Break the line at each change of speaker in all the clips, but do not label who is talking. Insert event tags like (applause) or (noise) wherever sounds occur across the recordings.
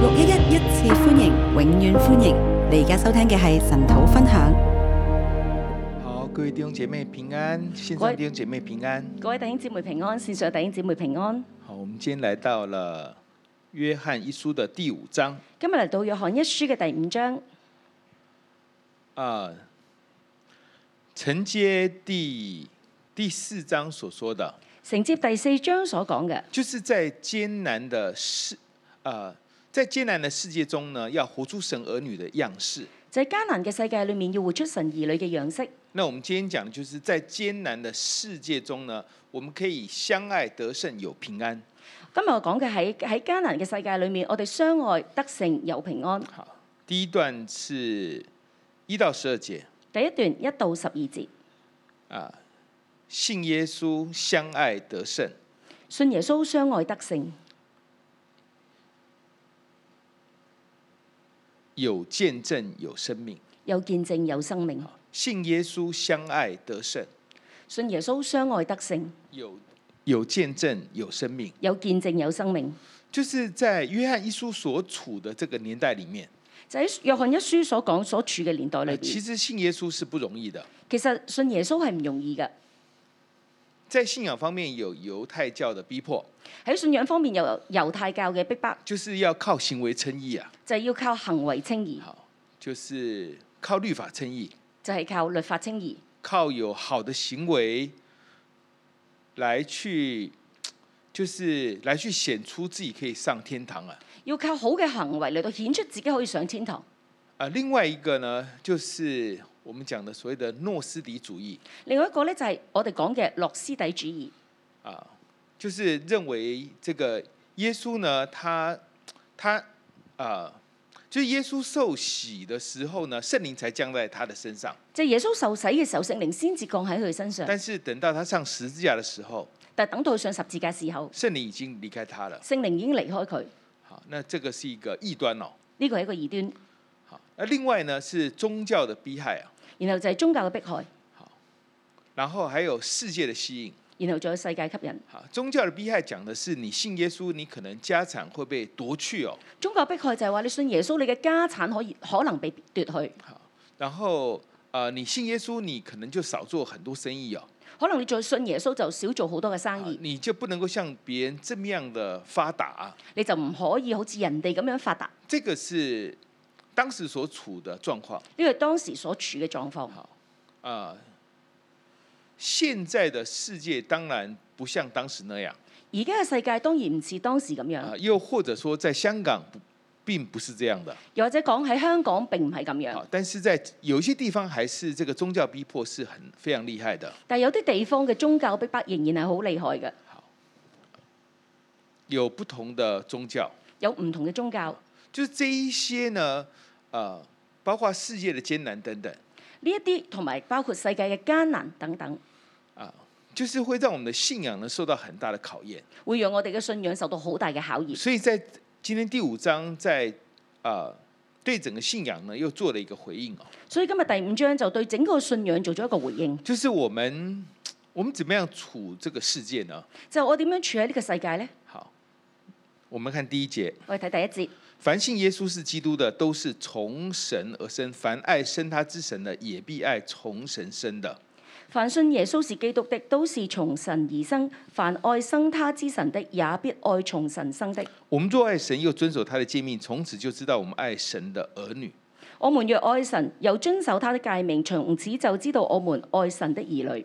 六一一一次歡迎，永遠歡迎！你而家收聽嘅係神土分享。
好，各位弟兄姐妹平安，线
各位
上弟兄姐妹平安。
各位弟兄姊妹平安，線上弟兄姊妹平安。
好，我们今天来到了约翰一书的第五章
今日嚟到約翰一書嘅第五章，
啊、承接第第四章所说的，
承接第四章所講嘅，
就是在艰难的世啊、在艰难的世界中呢，要活出神儿女的样式。
就係、艱難嘅世界裏面要活出神兒女嘅樣式。
那我们今天讲的就是在艰难的世界中呢，我们可以相爱得胜有平安。
今日我講嘅喺喺艱難嘅世界裏面，我哋相愛得勝有平安。
好，第一段是一到十二节。
第一段一到十二節，
啊，信耶稣相爱得胜。
信耶穌相愛得勝，
有见证有生命，
有見證有生命。
信耶稣相爱得胜，
信耶穌相愛得勝，
有有见证有生命，
有見證有生命。
就是在约翰一书所处的这个年代里面，
就喺約翰一書所講所處嘅年代裏
呃其
邊，
实信耶稣是不容易的。
其實信耶穌係唔容易嘅。
在信仰方面有犹太教的逼迫，
喺信仰方面又有猶太教嘅逼迫。
就是要靠行为称义啊，
就係要靠行為稱義，
好，就是靠律法称义，
就係、靠律法稱義，
靠有好的行为来去，就是来去显出自己可以上天堂啊。
要靠好嘅行為嚟到顯出自己可以上天堂。
啊，另外一个呢，就是我们讲的所谓的诺斯底主义
另外一個咧就係我哋講嘅諾斯底主義，
啊，就是认为这个耶稣呢，他他啊，就是耶稣受洗的时候呢，圣灵才降在他的身上，
即係耶穌受洗嘅時候，聖靈先至降喺佢身上。
但是等到他上十字架的时候，
但係等到佢上十字架時候，
圣灵已经离开他了。
聖靈已經離開佢，
好，那这个是一个异端哦。
呢個係一個異端。
好，那另外呢是宗教的逼害啊，
然後就係宗教嘅迫害，
然后还有世界的吸引。
然後仲有世界吸引。
好，宗教的逼害讲的是你信耶稣，你可能家产会被夺去哦。
宗教迫害就係話你信耶穌，你嘅家產可以可能被奪去，
然后呃，你信耶稣，你可能就少做很多生意哦，
可能你再信耶穌就少做好多嘅
啊
生意，
你就不能够像别人这么样的发达啊、
你就唔可以好似人哋咁樣發達。
这个是当时所处的状况
呢個係當時所處嘅狀況。
啊、现在的世界当然不像当时那样
而家嘅世界當然唔似當時咁
啊、
樣，
又或者说在香港不并不是这样的
又或者講喺香港並唔係咁
啊
樣，，
但是在有一些地方还是这个宗教逼迫是很非常厉害的。
但係有啲地方嘅宗教逼迫仍然係好厲害嘅，
有不同的宗教，
有唔同嘅宗教。
就是这一些呢，呃，包括世界的艰难等等。
呢一啲同埋包括世界嘅艱難等等，
就是会让我们的信仰呢受到很大的考验。
會讓我哋嘅信仰受到好大嘅考驗。
所以在今天第五章在，呃对整个信仰呢又做了一个回应哦，
所以今日第五章就對整個信仰做咗一個回應，
就是我们我们怎么样处这个世界呢？
就係我點樣處喺呢個世界呢？
好，我们看第一节，
我哋睇第一節，
凡信耶稣是基督的，都是从神而生；凡爱生他之神的，也必爱从神生的。
凡信耶穌是基督的，都是從神而生；凡愛生他之神的，也必愛從神生的。
我们若爱神，又遵守他的诫命，从此就知道我们爱神的儿女。
我們若愛神，又遵守他的誡命，從此就知道我們愛神的兒女。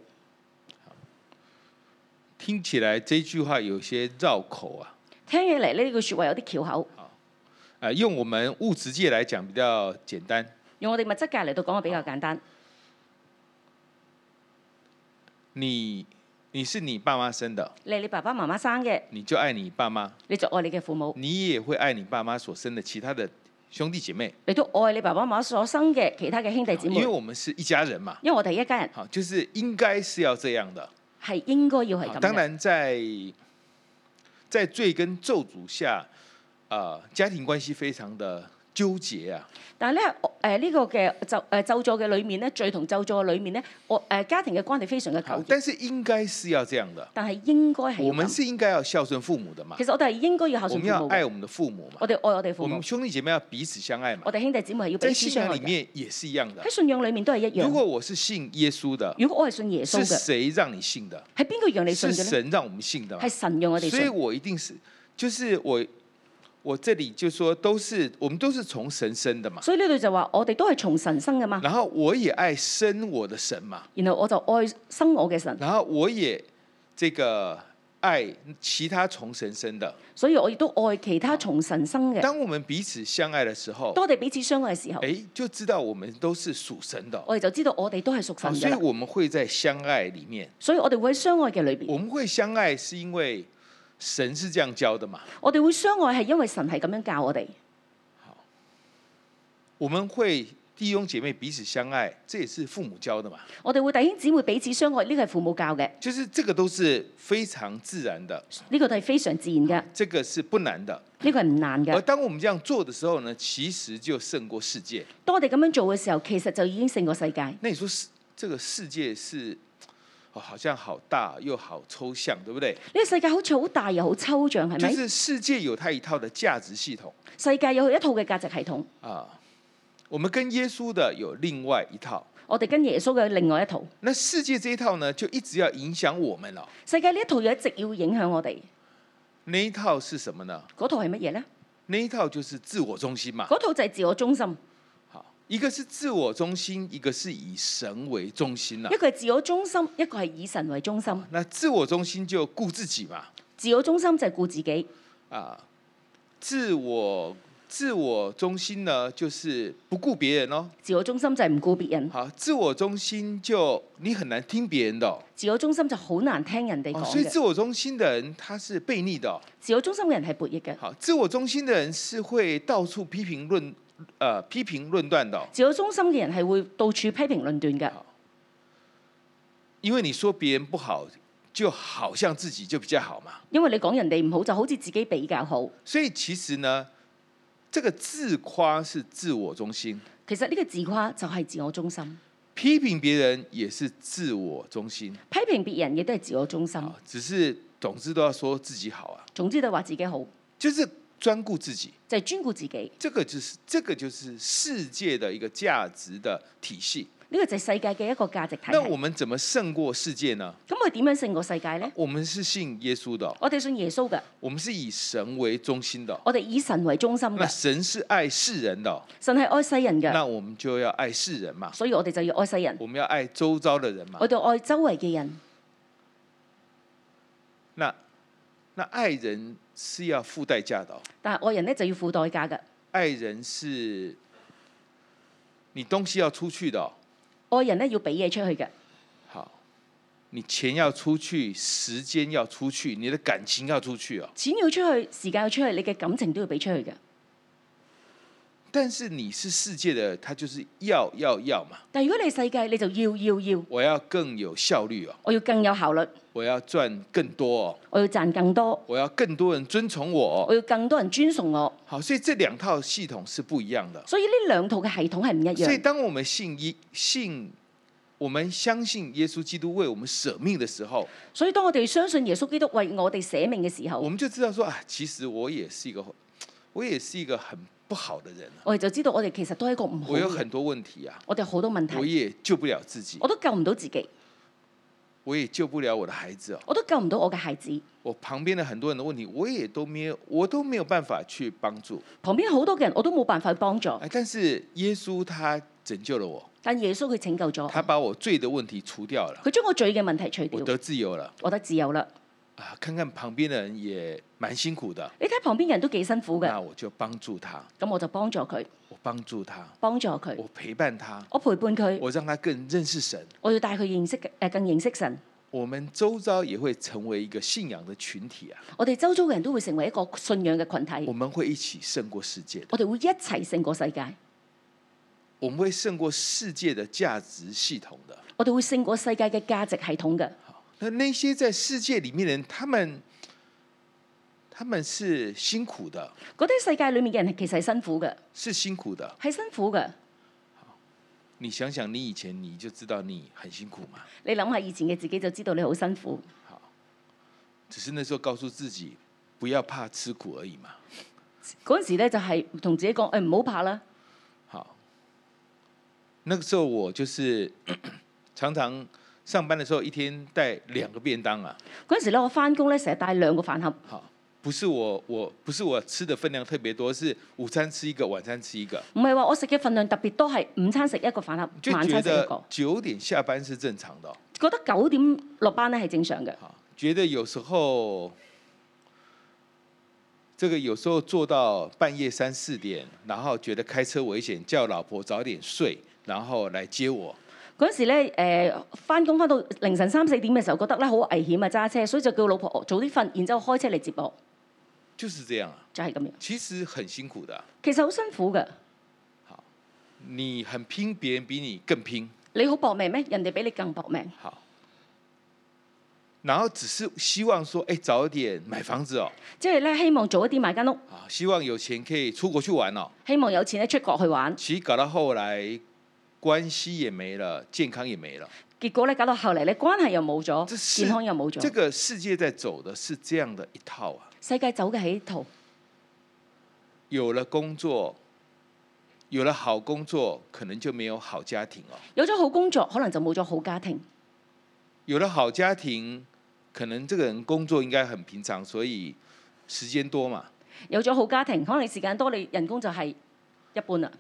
听起来这句话有些绕口啊。
聽起嚟呢句説話有啲翹口，
呃，用我们物质界来讲比较简单。
用我哋物質界嚟到講，比較簡單。
你你是你爸妈生的，
你係你爸爸媽媽生嘅，
你就爱你爸妈，
你就愛你嘅父母；
你也会爱你爸妈所生的其他的兄弟姐妹，
你都愛你爸爸媽媽所生嘅其他嘅兄弟姊妹
因。为我们是一家人嘛。
因為我哋一家人
好，就是应该是要这样的。
係應該要係
好
啊咁
当
嘅。
然在，在罪跟咒诅下，呃，家庭关系非常的纠结啊。
但係咧，誒、呢、個嘅就誒、咒詛嘅裏面咧，罪同咒詛嘅裏面咧，我誒、家庭嘅關係非常嘅
好
糾，結，
但是应该是要这样的，
但係應該係
啊我
要
们
咁。
是应该要孝顺父母的嘛
其，實我哋係應該要孝
我们
順父
要
母
爱
嘅，
我们的父母嘛，
我哋愛我哋
我
父母
们，兄弟姐妹要彼此相爱嘛
我，哋兄弟姊妹係要
在
彼此
信
相
仰
愛
里
嘅。
面也是一样的
喺。信仰裏面都係一
如
樣。
果我是信耶稣的，
如果我係信耶穌
是
嘅，
谁让你信的？
係邊個讓你信
是
嘅咧？
神让我们信的嘛
係。神讓我哋
所以
信。
我一定是，就是我，我这里就说都是我们都是从神生的嘛，
所以呢度就話我哋都係從神生噶嘛，
然后我也爱生我的神嘛，
然後我就愛生我嘅神，
然后我也这个爱其他从神生的。
所以我亦都愛其他從神生嘅。
当我们彼此相爱的时候
當，我哋彼此相愛嘅時候，
哎，就知道我们都是属神的哦，
我哋就知道我哋都係屬
好
神
所
嘅
以
啦。
我们会在相爱里面，
所以我哋會喺相愛嘅裏邊，
我们会相爱是因为神是这样教的嘛，
我哋會相愛係因為神係咁樣教我哋。
我们会弟兄姐妹彼此相爱，这也是父母教的嘛，
我哋會弟兄姊妹彼此相愛，呢個係父母教嘅，
就是这个都是非常自然的。
呢個都係非常自然嘅，
这个是不难的。
呢個係唔難
而
嘅。
啊当我们这样做的时候呢，其实就胜过世界。
當我哋咁樣做嘅時候，其實就已經勝過世界。
那你说是这个世界是哦，好像好大又好抽象，对不对？
呢個世界好似好大又好抽象，係
就
咪？
是世界有它一套的价值系统
世界有一套嘅價值系統，
啊。我们跟耶稣的有另外一套，
我哋跟耶穌嘅另外一套。
那世界这一套呢，就一直要影响我们了。
世界呢一套嘢一直要影響我哋，
那一套是什么呢？
嗰套係乜嘢呢？
那一套就是自我中心嘛。
嗰套就係自我中心，
好，一个是自我中心，一个是以神为中心了
一。個係自我中心，一個係以神為中心。
那自我中心就顾自己嘛。
自我中心就係顧自己，
啊，自我自我中心呢，就是不顾别人哦。
自我中心就係唔顧別人，
好，自我中心就你很难聽別人的哦、
自我中心就好難聽人哋
哦
講
所以自
嘅。
我中心的人他是悖逆的、哦。
自我中心嘅人係悖逆嘅，
好，自我中心的人是会到处批評论呃批評论断的哦、
自我中心嘅人係會到處批評論斷
啊
嘅。
因为你说别人不好，就好像自己就比较好嘛。
因為你講人哋唔好，就好似自己比較好。
所以其實呢，这个自夸是自我中心，
其實呢個自誇就係自我中心，
批評別人也是自我中心。
批評別人亦都係自我中心。
啊，只是总之都要说自己好啊，
總之就話自己好，
就是专顾自己，
就係、專顧自己。呢、
这个就是这个就是世界的一个价值的体系。
個就係世界嘅一個價值體
那我
系。
们怎么胜过世界呢？
咁佢點樣勝過世界呢？
我们是信耶稣的哦、
我哋信耶穌嘅，
我們是以神为中心的哦、
我哋以神為中心
那
嘅，
神是爱世人的哦、
神係愛世人嘅，
那我们就要爱世人嘛，
所以我哋就要愛世人，
我们要爱周遭的人嘛
我。哋愛周圍嘅人。
那那爱人是要付代价的、哦，
但係愛人呢，就要付代價嘅，
爱人是你东西要出去的、哦。
愛人呢，要俾嘢出去嘅，
好，你钱要出去，时间要出去，你的感情要出去哦。
錢要出去，時間要出去，你嘅感情都要俾出去嘅。
但是你是世界的，他就是要要要嘛。
但係如果你世界，你就要要要，
我要更有效率哦，
我要更有效率，
我要赚更多哦，
我要賺更多。
我要更多人遵从我、
我
哦。
要更多人尊崇我，
好，所以这兩套系統是不一樣的。
所以呢兩套嘅系統係唔一
所以
樣。
當我們信耶信，我們相信耶穌基督為我們捨命的時候，
所以當我哋相信耶穌基督為我哋捨命嘅時
我
候，
們就知道說啊，其實我也是一個，我也是一個很不好的人啊，
我哋就知道我哋其實都係一個唔好
我有
嘅人，
很多問題啊，
我哋好多問
我
題，
也救不了自己。
我都救唔到自己，
我也救不了我的孩子哦，
我都救唔到我嘅孩子，
我旁边的很多人的问题，我也都没有，我都没有办法去帮助。
旁邊好多嘅人我都冇辦法去幫助，
哎，但是耶稣他拯救了我，
但耶穌佢拯救咗
他
我，
把我罪的问题除掉了，
佢將我罪嘅問題除
我
掉，
得自由了
我得自由啦。
啊！看看旁边的人也蛮辛苦的，
你睇旁邊嘅人都幾辛苦嘅，
那我就帮助他，
咁我就幫助佢，
我帮助他，
幫助佢，
我陪伴他，
我陪伴佢，
我让他更认识神。
我要帶佢認識誒、呃更認識神。
我们周遭也会成为一个信仰的群体啊，
我哋周遭嘅人都會成為一個信仰嘅群體
我，们会一起胜过世界的，
我哋會一齊勝過世界。
我们会胜过世界的价值系统的。
我哋會勝過世界嘅價值系統嘅。
那那些在世界里面的人，他们他们是辛苦的，
嗰啲世界裏面嘅人其實係辛苦嘅，
是辛苦的。
係辛苦嘅。
你想想，你以前你就知道你很辛苦嘛，
你諗下以前嘅自己就知道你好辛苦，
只是那时候告诉自己不要怕吃苦而已嘛。
嗰陣時咧就係同自己講：誒唔好怕啦。
好，那个时候我就是 (coughs) 常常上班的时候，一天带两个便当啊。
嗰陣時咧我翻工咧成日帶兩個飯盒，
好，不是我我不是我吃的分量特别多，是午餐吃一个，晚餐吃一个，
唔係話我食嘅份量特別多，係午餐食一個飯盒，
就
晚
觉
餐食一個
得。九點下班是正常的哦、
覺得九點落班咧係正常嘅，
好，觉得有时候。这个有时候做到半夜三四点，然后觉得开车危险，叫老婆早点睡，然后来接我。
嗰陣時咧，誒翻工翻到凌晨三四點嘅時候，覺得咧好危險啊揸車，所以就叫老婆哦早啲瞓，然之後開車嚟接我，
就是这样啊，
就係、咁樣。
其實很辛苦的啊、
其實好辛苦嘅，
你很拼，别人比你更拼。
你好搏命咩？人哋比你更搏命，
好，然后只是希望说，哎，早点买房子哦，
即係咧希望早一啲買間屋，
啊，希望有錢可以出国去玩哦。
希望有錢咧出國去玩。
其实搞到后來，關係也沒了，健康也沒了。
結果咧搞到後嚟咧關係又冇咗
這，世
健康又冇咗
这，个世界在走的是這樣的一套啊。
世界走嘅起途。
有了工作，有了好工作，可能就沒有好家庭哦。
有咗好工作，可能就冇咗好家庭。
有了好家庭，可能这个人工作應該很平常，所以時間多嘛。
有咗好家庭，可能你時間多，你人工就係一般啦。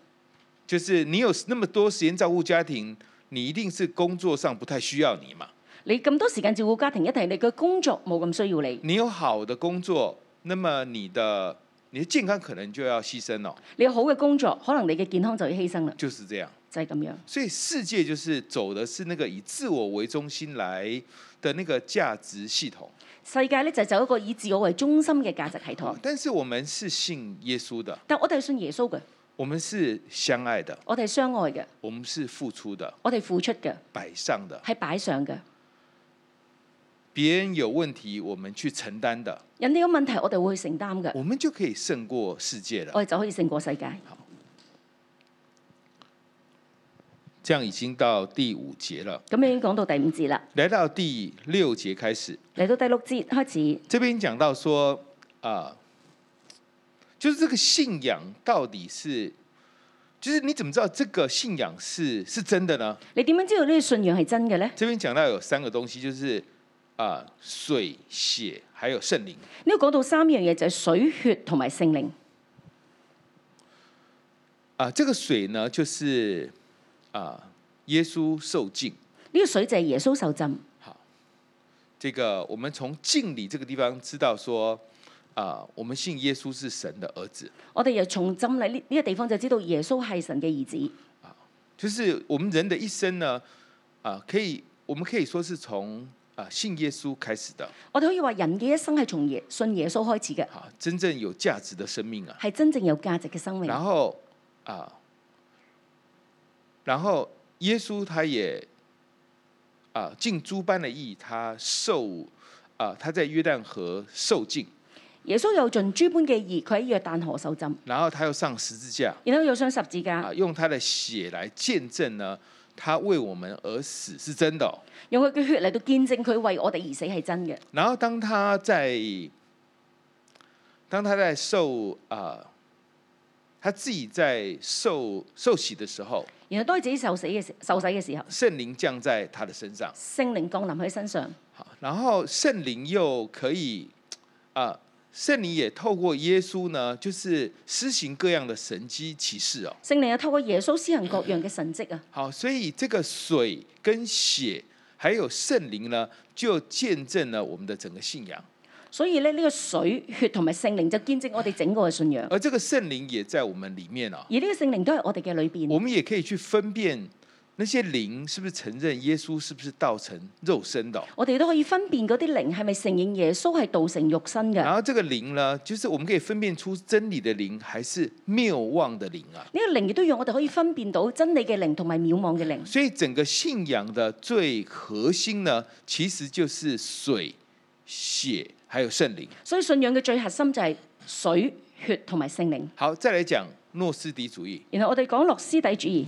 就是你有那么多时间照顾家庭，你一定是工作上不太需要你嘛。
你咁多時間照顧家庭，一定係你嘅工作冇咁需要你。
你有好的工作，那么你的你的健康可能就要牺牲哦，
你有好嘅工作，可能你嘅健康就要犧牲啦，
就是这样。
就係、咁樣。
所以世界就是走的是那个以自我为中心来的那个价值系统
世界咧就走一個以自我為中心嘅價值系
啊
統，，
但是我们是信耶稣的，
但我哋係信耶穌嘅，
我们是相爱的，
我哋係相愛嘅，
我们是付出的、
我哋付出嘅，
摆上的，
係擺上嘅。
别人有问题我们去承担的，
人哋有問題，我哋會去承擔嘅，
我们就可以胜过世界了。
我哋就可以勝過世界。
这样已经到第五节了。
咁已經講到第五節啦，
来到第六节开始，
嚟到第六節開始，
这边讲到说啊、就是这个信仰到底是，就是你怎么知道这个信仰是是真的呢？
你點樣知道呢個信仰係真嘅呢？
这边讲到有三个东西，就是啊、水、血还有圣灵。
呢度講到三樣嘢就係水血同埋聖靈。
啊、这个水呢，就是啊、耶稣受浸。
呢、個水就係耶穌受浸。
这个我们从敬礼这个地方知道说，啊、我们信耶稣是神的儿子。
我哋又從浸禮呢呢個地方就知道耶穌係神嘅兒子。
就是我们人的一生呢，啊，可以我们可以说是从啊信耶稣开始的，
我哋可以話人嘅一生係從耶信耶穌開始嘅，
啊，真正有价值的生命啊。
係真正有價值嘅生命。
然後啊，然後耶穌他也啊尽诸般的义，他受啊他在约旦河受尽，
耶穌又盡諸般嘅義，佢喺約旦河受浸，
然後他又上十字架
然後又上十字架，
啊，用他的血来见证呢，他为我们而死是真的哦、
用佢嘅血嚟到見證佢為我哋而死係真嘅。
然后当他在当他在受啊、呃他自己在受受洗的时候，
然後當佢自己受死嘅時受洗嘅時候，
圣灵降在他的身上。
聖靈降臨喺身上，
好，然后圣灵又可以啊、呃圣灵也透过耶稣呢，就是施行各样的神迹奇事哦。
聖靈又透過耶穌施行各樣嘅神蹟啊！
好，所以这个水跟血还有圣灵呢，就见证了我们的整个信仰。
所以咧，呢個水血同埋聖靈就見證我哋整個嘅信仰，
而这个圣灵也在我们里面哦。
而呢個聖靈都係我哋嘅裏邊。
我们也可以去分辨那些灵是不是承认耶稣是不是道成肉身的哦、
我哋都可以分辨嗰啲靈係咪承認耶穌係道成肉身嘅。
然
呢
后这个灵呢，就是我们可以分辨出真理的灵还是谬妄的灵啊。
個靈亦都讓我哋可以分辨到真理嘅靈同埋渺茫嘅靈。
所以整个信仰的最核心呢，其实就是水、血还有圣灵。
所以信仰嘅最核心就係水、血同埋聖靈。
好，再来讲诺斯底主义。
然後我哋講諾斯底主義，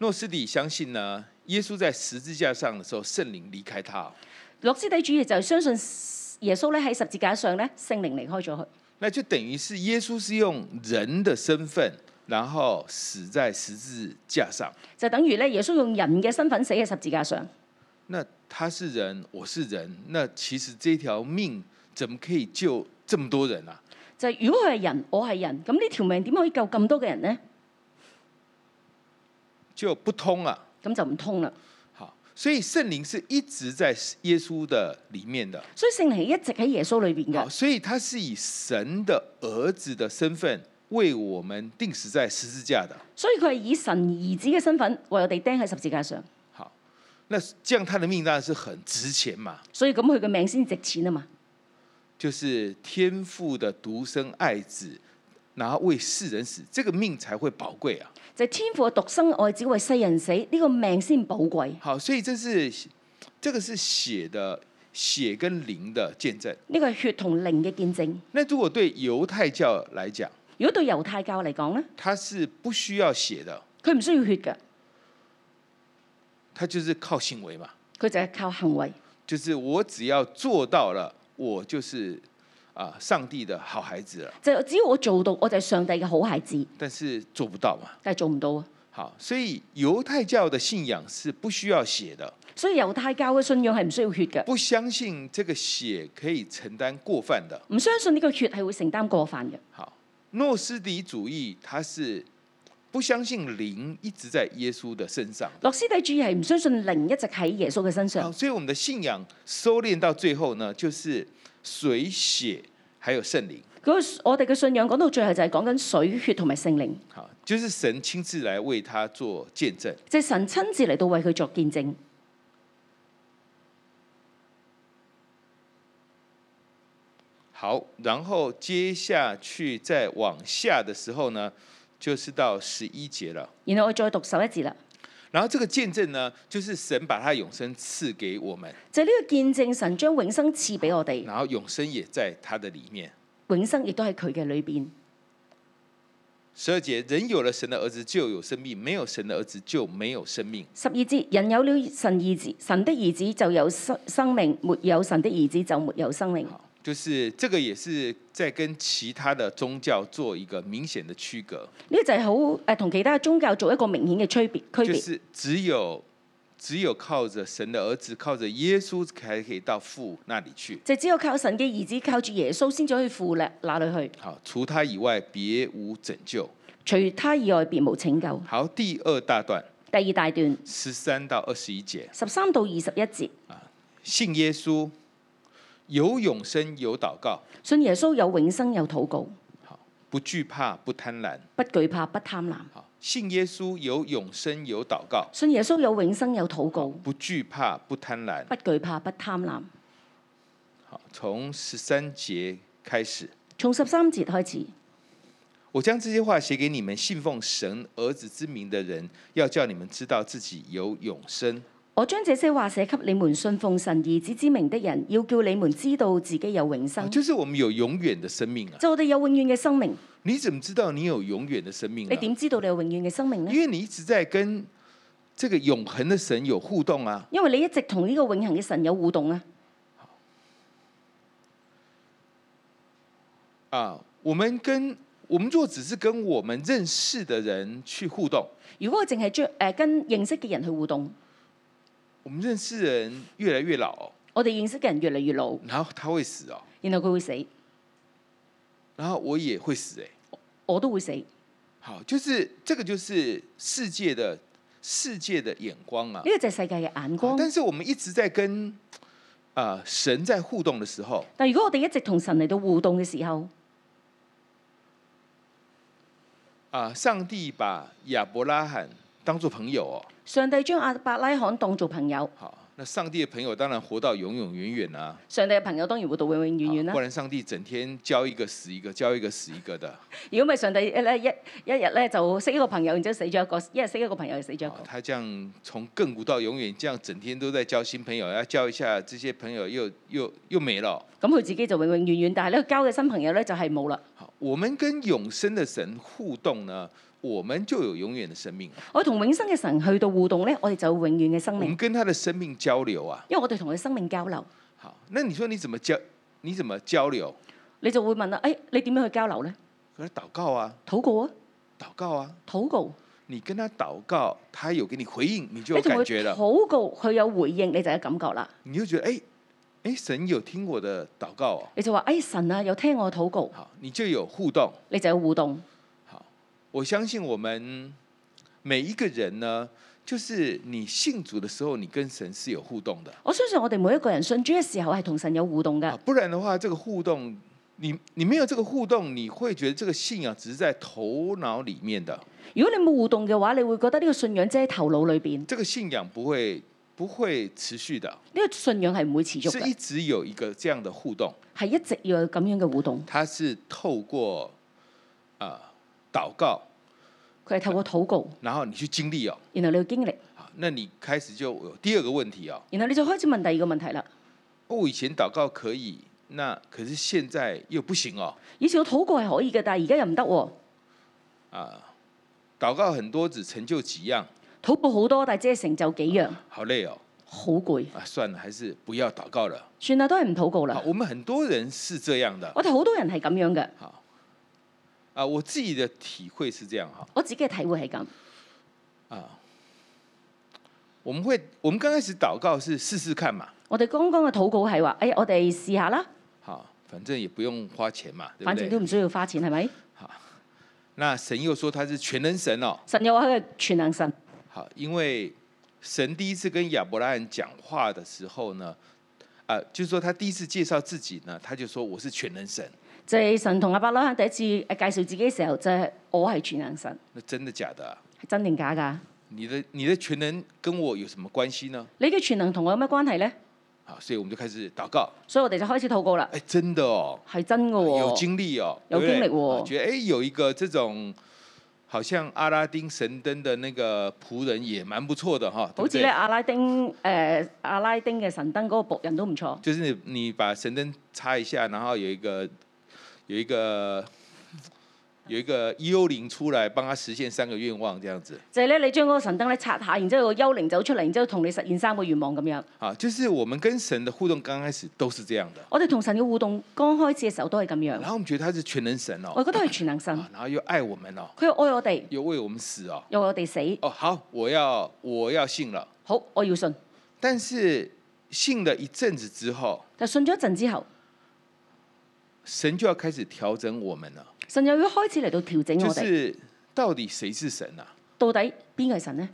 诺斯底相信呢，耶稣在十字架上的时候，圣灵离开他哦、
諾斯底主義就係相信耶穌咧喺十字架上咧聖靈離開咗佢，
那就等于是耶稣是用人的身份，然后死在十字架上。
就等於咧耶穌用人嘅身份死喺十字架上。
那他是人，我是人，那其实这条命怎么可以救这么多人啊？
就係如果佢係人，我係人，咁呢條命點可以救咁多嘅人呢？
就不通啊！
咁就唔通啦。
好，所以圣灵是一直在耶稣的里面的。
所以聖靈係一直喺耶穌裏邊
好，
嘅，
所以他是以神的儿子的身份为我们定死在十字架的。
所以佢係以神兒子嘅身份為我哋釘喺十字架上，
好，那这样他的命当然是很值钱嘛，
所以咁佢嘅命先值錢啊嘛。
就是天父的独生爱子，然后为世人死，这个命才会宝贵啊。
就係天父嘅獨生愛子為世人死，呢、個命先寶貴。呢、
好，所以这是这个是血的血跟灵的见证。
個係血同靈嘅見證。
那如果对犹太教来讲，
如果對猶太教嚟講咧，
它是不需要血的，
佢唔需要血嘅，
它就是靠行为嘛，
佢就係靠行為。
就是我只要做到了，我就是啊、上帝的好孩子了。
就只要我做到，我就係上帝嘅好孩子，
但是做不到嘛。
但係做唔到啊。
好，所以犹太教的信仰是不需要血的，
所以猶太教嘅信仰係唔需要血嘅，
不相信这个血可以承担过犯的。
唔相信呢個血係會承擔過犯嘅。
好，诺斯底主义它是不相信灵一直在耶稣的身上。
諾斯底主義係唔相信靈一直喺耶穌嘅身
好，
上，
所以我们的信仰收敛到最后呢，就是水血还有圣灵。
嗰個我哋嘅信仰講到最後就係講緊水血同埋聖靈，
好，就是神亲自来为他做见证。
就係神親自嚟到為佢作見證。
好，然后接下去再往下的时候呢，就是到十一节了。
然後我再讀十一節啦，
然后这个见证呢，就是神把他永生赐给我们，
就係呢個見證，神將永生賜俾我哋，
然后永生也在他的里面。
永生亦都喺佢嘅裏邊。
十二节，人有了神的儿子就有生命，没有神的儿子就没有生命。
十二節，人有了神兒子，神的兒子就有生生命；沒有神的兒子就沒有生命。
好，就是这个也是在跟其他的宗教做一个明显的区隔，
呢、個就係好誒，同其他宗教做一個明顯嘅區別區
就
別，
是只有只有靠着神的儿子，靠着耶稣才可以到父那里去。
就只有靠神嘅兒子，靠住耶穌先至可以父咧那裏去，
好，除他以外别无拯救。
除他以外別無拯救。
好，第二大段
第二大段
十三到二十一节。
十三到二十一節，
信耶稣，有永生，有祷告，
信耶穌有永生有禱告，
不惧怕，不贪婪。
不懼怕不貪婪。
好，信耶稣有永生，有祷告，
信耶穌有永生有禱告，
不惧怕，不贪婪。
不懼怕不貪婪。
好，从十三节开始，
從十三節開始，
我将这些话写给你们信奉神儿子之名的人，要叫你们知道自己有永生。
我將這些話寫給你們信奉神兒子之名的人，要叫你們知道自己有永
啊
生。
就是我们有永远的生命啊！
就我哋有永遠嘅生命，
你怎么知道你有永远的生命
你
呢？
點知道你有永遠嘅生命呢
因？为你一直在跟这个永恒的神有互动啊。
因為你一直同呢個永恆嘅神有互動啊！
啊，我们跟我们若只是跟我们认识的人去互动，
如果我淨係將誒呃跟認識嘅人去互動，
我们认识的人越来越老哦、
我哋認識嘅人越嚟越老，
然后他会死哦，
然後佢會死，
然后我也会死哎、
我都會死。呢、
好，就是这个就是世界的世界的眼光啊。
個就係世界嘅眼
好
光。
啊但是我们一直在跟啊、呃神在互动的时候，
但如果我哋一直同神嚟到互動嘅時候，
啊、上帝把亚伯拉罕当做朋友哦，
上帝將阿伯拉罕當做朋友，
好，那上帝的朋友当然活到永永远远啊，
上帝嘅朋友當然活到永永啊遠遠啦
不。然上帝整天教一个死一个，教一个死一个的。
如果唔係上帝咧一一日咧就識一個朋友，然之後死咗一個，一日識一個朋友就死咗一
哦
個。
他这样从亘古到永远，这样整天都在交新朋友，要交一下这些朋友又又又没了。哦
咁佢自己就永永遠遠，但係咧佢交嘅新朋友咧就係冇啦。
好，我们跟永生的神互动呢，我们就有永远的生命了。啊
我同永生嘅神去到互動咧，我哋就有永遠嘅生
我们
命，
跟他的生命交流啊。
因為我哋同佢生命交流。
好，那你说你怎么交？你怎么交流？
你就會問啦，誒、哎你點樣去交流咧？
可是祷告啊，
禱告啊，
祷告啊，
禱告。
你跟他祷告，他有给你回应，你就
你
有
同
感
佢
觉了，
禱告，佢有回應，你就有感覺啦。
你就觉得哎哎，神有听我的祷告哦。
你就話：，誒、神啊，有聽我禱告，
好，你就有互动。
你就有互動。
好，我相信我们每一个人呢，就是你信主的时候，你跟神是有互动的
我相信我哋每一個人信主嘅時候係同神有互動嘅
啊，。不然的话，这个互动，你你没有这个互动，你会觉得这个信仰只是在头脑里面的，
如果你冇互動嘅話，你會覺得呢個信仰只喺頭腦裏邊，呢、
这个信仰不会不会持续的，
個信仰係唔會持續
是一
嘅，
直有一个这样的互动，
係一直要有咁樣嘅互動。
它是透过啊、祷告，
佢係透過禱告，
然后你去经历哦。
然後你去經歷，
好，那你开始就有第二个问题哦。哦
然後你就開始問第二個問題啦。
我以前祷告可以，那可是现在又不行哦。
以前我禱告係可以嘅，但係而家又唔得喎。
啊，祷告很多只成就几样，
禱告好多，但係只係成就幾樣，
好累哦。
好攰。
啊，算了，还是不要祷告了。
算啦，都係唔禱告
好，
啦。
我們很多人是這樣的。
我哋好多人係咁樣嘅，
好，啊，我自己的體會是這樣哈。
我自己嘅體會係咁。
啊，我們會，我們剛開始禱告是試試看嘛，
我哋剛剛嘅禱告係話：，誒、我哋試下啦，
好，反正也不用花錢嘛，對
反
不
正都
對？
唔需要花錢，係咪？
那神又說他是全能神哦。
神又話佢係全能神，
好，因為神第一次跟亞伯拉罕講話的時候呢，啊，就是說他第一次介紹自己呢，他就說我是全能神。
就係、神同阿伯拉罕第一次誒介紹自己嘅時候，就係、我係全能神，
那真的假的啊、
係真定假㗎？
你的你的全能跟我有什么關係呢？
你嘅全能同我有咩關係呢？
好，所以我們就開始禱告。
所以我哋就開始禱告啦，
哎，真的哦，
係真嘅
有
喎、
經歷哦，
有
對不對
經歷哦
啊觉得哎有一個這種好像阿拉丁神燈的那個仆人也蠻不錯的哈，對
好
不
似
對
咧？阿拉丁誒、呃阿拉丁嘅神燈嗰個仆人都唔錯，
就是你你把神燈插一下，然後有一個有一個有一個幽靈出來幫他實現三個願望這樣子
就係、咧你將嗰個神燈咧拆下，然之後個幽靈走出嚟，然之後同你實現三個願望咁樣。
啊，就是我們跟神的互動剛開始都是這樣的，
我哋同神嘅互動剛開始嘅時候都係咁
然
樣，
後我們覺得他是全能神哦，
我覺得係全能神，
啊，然後又愛我們哦，
佢又愛我哋，
又為我們死哦。
又為我哋死。
哦，好，我要我要信了。
好，我要信。
但是信了一阵子之後，
但信咗一陣之後，
神就要開始調整我們了，
神又要開始嚟到調整
就
我哋，
是到底誰是神啊？
到底邊個係神呢？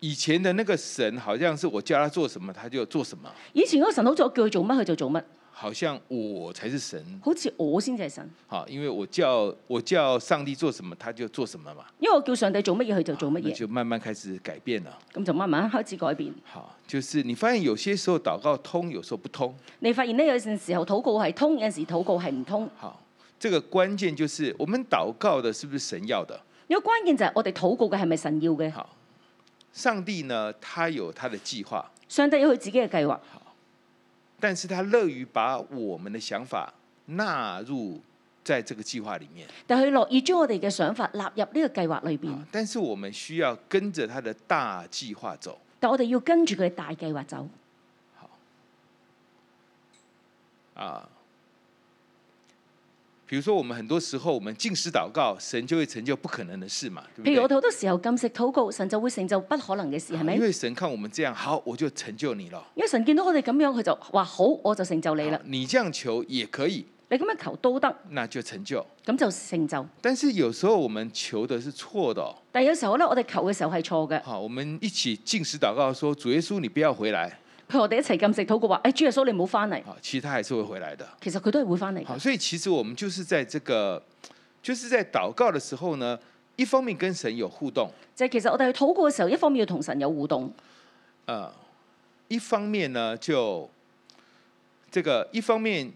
以前的那個神好像是我叫他做什麼他就做什麼，
以前嗰個神好似我叫佢做乜佢就做乜，
好像我才是神，
好似我先至係神，
好，因為我叫我叫上帝做什麼他就做什麼嘛，
因為我叫上帝做乜嘢佢就做乜
那
嘢，
就慢慢開始改變了。
咁就慢慢開始改變。
好，就是你發現有些時候禱告通，有時候不通。
你發現呢，有陣時候禱告係通，有陣時禱告係唔通。
好，這個關鍵就是我們禱告的是不是神要的？
因為關鍵就係我哋禱告嘅係咪神要嘅？
好，上帝呢，他有他的計劃。
上帝有佢自己嘅計劃，
但是他乐于把我们的想法纳入在这个计划里面。
但佢樂意將我哋嘅想法納入呢個計劃裏邊
啊，但是我们需要跟着他的大计划走。
但我哋要跟住佢嘅大計劃走。
啊。比如说，我们很多时候我们进食祷告，神就会成就不可能的事嘛，对
譬如
不
我
对？
哋好多時候禁食禱告，神就會成就不可能嘅事，係咪
因？为神看我们这样好，我就成就你了。
因為神見到我哋咁樣，佢就話好，我就成就你啦
好。你这样求也可以，
你咁樣求都得，
那就成就。
咁就成就。
但是有时候我们求的是错的、哦。
但有時候咧，我哋求嘅時候係錯嘅。
好，我们一起进食祷告说：“主耶穌，你不要回来。
譬如我哋一齊禁食禱告話：，誒、主耶穌你唔好翻嚟。”
好，其实他还是会回来的。
其實佢都係會翻嚟嘅。
好，所以其实我们就是在这个，就是在祷告的时候呢，一方面跟神有互动，
就係其實我哋去禱告嘅時候，一方面要同神有互動，
呃，一方面呢，就这个一方面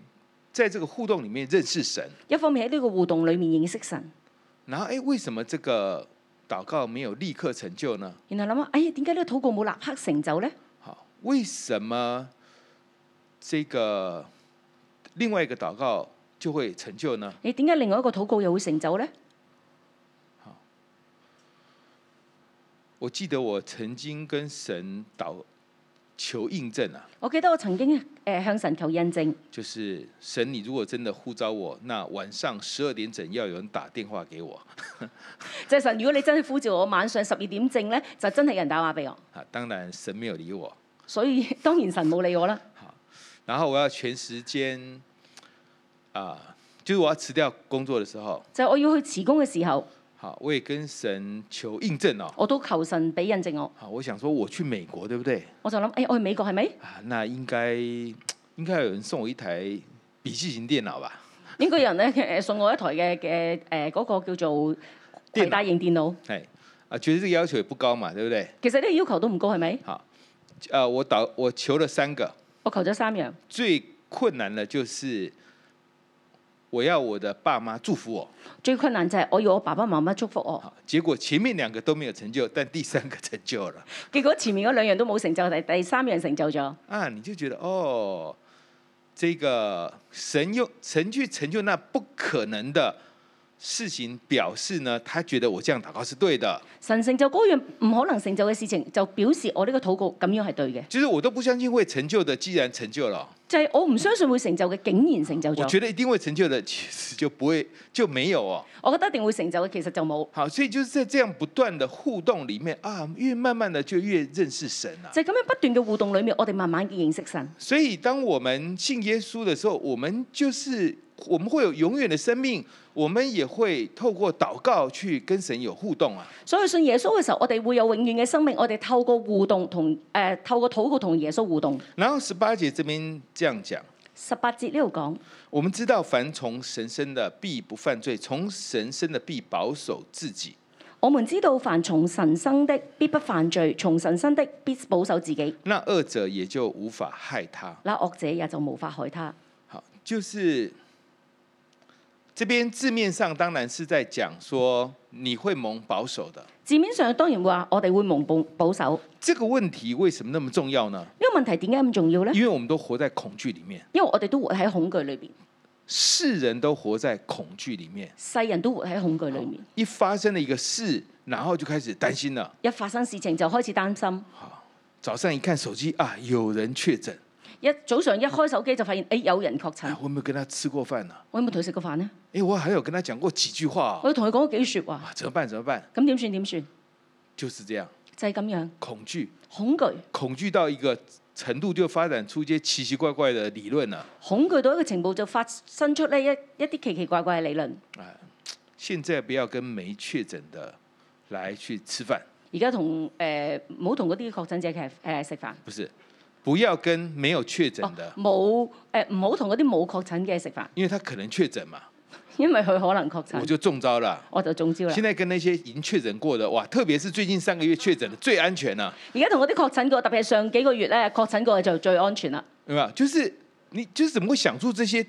在这个互动里面认识神，
一方面喺呢個互動裡面認識神，
然后哎，为什么这个祷告没有立刻成就呢？
然後諗下，哎呀，點解呢個禱告冇立刻成就呢？
好，为什么这个另外一个祷告就会成就呢？
你點解另外一個禱告又會成就呢？
我记得我曾经跟神祷求印证啊，
我記得我曾經誒、呃向神求印證，
就是神，你如果真的呼召我，那晚上十二点整要有人打电话给我
就係、神，如果你真係呼召我晚上十二點正呢，就真係有人打話俾我。
啊。当然神没有理我，
所以 (laughs) 當然神冇理我啦。
然后我要全时间啊、就是我要辞掉工作的时候，
就係我要去辭工嘅時候，
好，我也跟神求印证哦。
我都求神俾印證我。
好，我想说我去美国对不对
我就諗，哎，我去美國係咪？
啊？那应该应该有人送我一台笔记型电脑吧？
應該有人咧 (laughs) 誒送我一台嘅嘅誒嗰個叫做攜帶型電腦。
哎啊，觉得这个要求也不高嘛，对不对？
其實呢個要求都唔高係咪？
好，呃，我祷我求了三个，
我求咗三樣，
最困难的就是我要我的爸妈祝福我。
最困難就係我要我爸爸媽媽祝福我。
好，结果前面两个都没有成就，但第三个成就了 (laughs)
結果前面嗰兩樣都冇成就，但係第三樣成就咗。
啊！你就觉得哦，这个神用神去成就那不可能的事情，表示呢，他觉得我这样祷告是对的。
神成就嗰樣唔可能成就嘅事情，就表示我呢個禱告咁樣係對嘅。
就是我都不相信会成就的，既然成就了，
就係、我唔相信會成就嘅，竟然成就
我觉
咗。
得一定会成就的，其实就不会就没有哦。
我覺得一定會成就嘅，其實就冇。
好，所以就是在这样不断的互动里面啊，越慢慢的就越認識神啊。
就係、咁樣不斷嘅互動裡面，我哋慢慢嘅認識神。
所以当我们信耶稣的时候，我们就是我们会有永远的生命，我们也会透过祷告去跟神有互动啊。
所以信耶穌嘅時候，我哋會有永遠嘅生命。我哋透過互動同誒、呃透過禱告同耶穌互動。
然后十八节这边这样讲。
十八節呢度講，
我们知道，凡从神生的必不犯罪，从神生的必保守自己。
我們知道凡從神生的必不犯罪，從神生的必保守自己。
那二者也就无法害他。
那惡者也就無法害他。
好，就是这边字面上当然是在讲说你会蒙保守的
字面上當然話我哋會蒙保保守。
这個问题，为什么那么重要呢？
呢個問題點解咁重要呢？
因為我們都活在恐懼里面，
因為我哋都活喺恐懼裏邊，
世人都活在恐懼里面，
世人都活喺恐懼裏面。
一发生了一个事，然后就开始担心了。
一發生事情就開始擔心，
早上一看手机啊，有人確診，
一早上一開手機就發現，誒、有人確
哎
診，
我有没有跟他吃過飯呢、啊？
我有冇同佢食過飯呢？
哎、我还有跟他講過幾句話、哦，
我同佢講咗幾句説話，
啊，怎麼辦？怎麼辦？
咁點算點算？
就是這樣，
就係、咁樣，
恐懼，
恐懼，
恐懼到一個程度，就發展出一些奇奇怪怪的理論了。
恐懼到一個程度就發生出呢一一啲奇奇怪怪嘅理論。
現在不要跟沒確診的來去吃飯，
而家同誒唔好同嗰啲確診者嘅誒食飯，
不是，不要跟沒有確
哦
診的，
冇誒唔好同嗰啲冇確診嘅食飯，
因為他可能確診嘛，
因為佢可能確
我
診，
就中招了啊。
我就中招啦
现。在跟那些已经确诊过的，哇，特别是最近三个月确诊的最安全了、啊，
而家同嗰啲確診過，特別係上幾個月咧確診過嘅就最安全啦。
有没有？就是你就是怎么会想出这些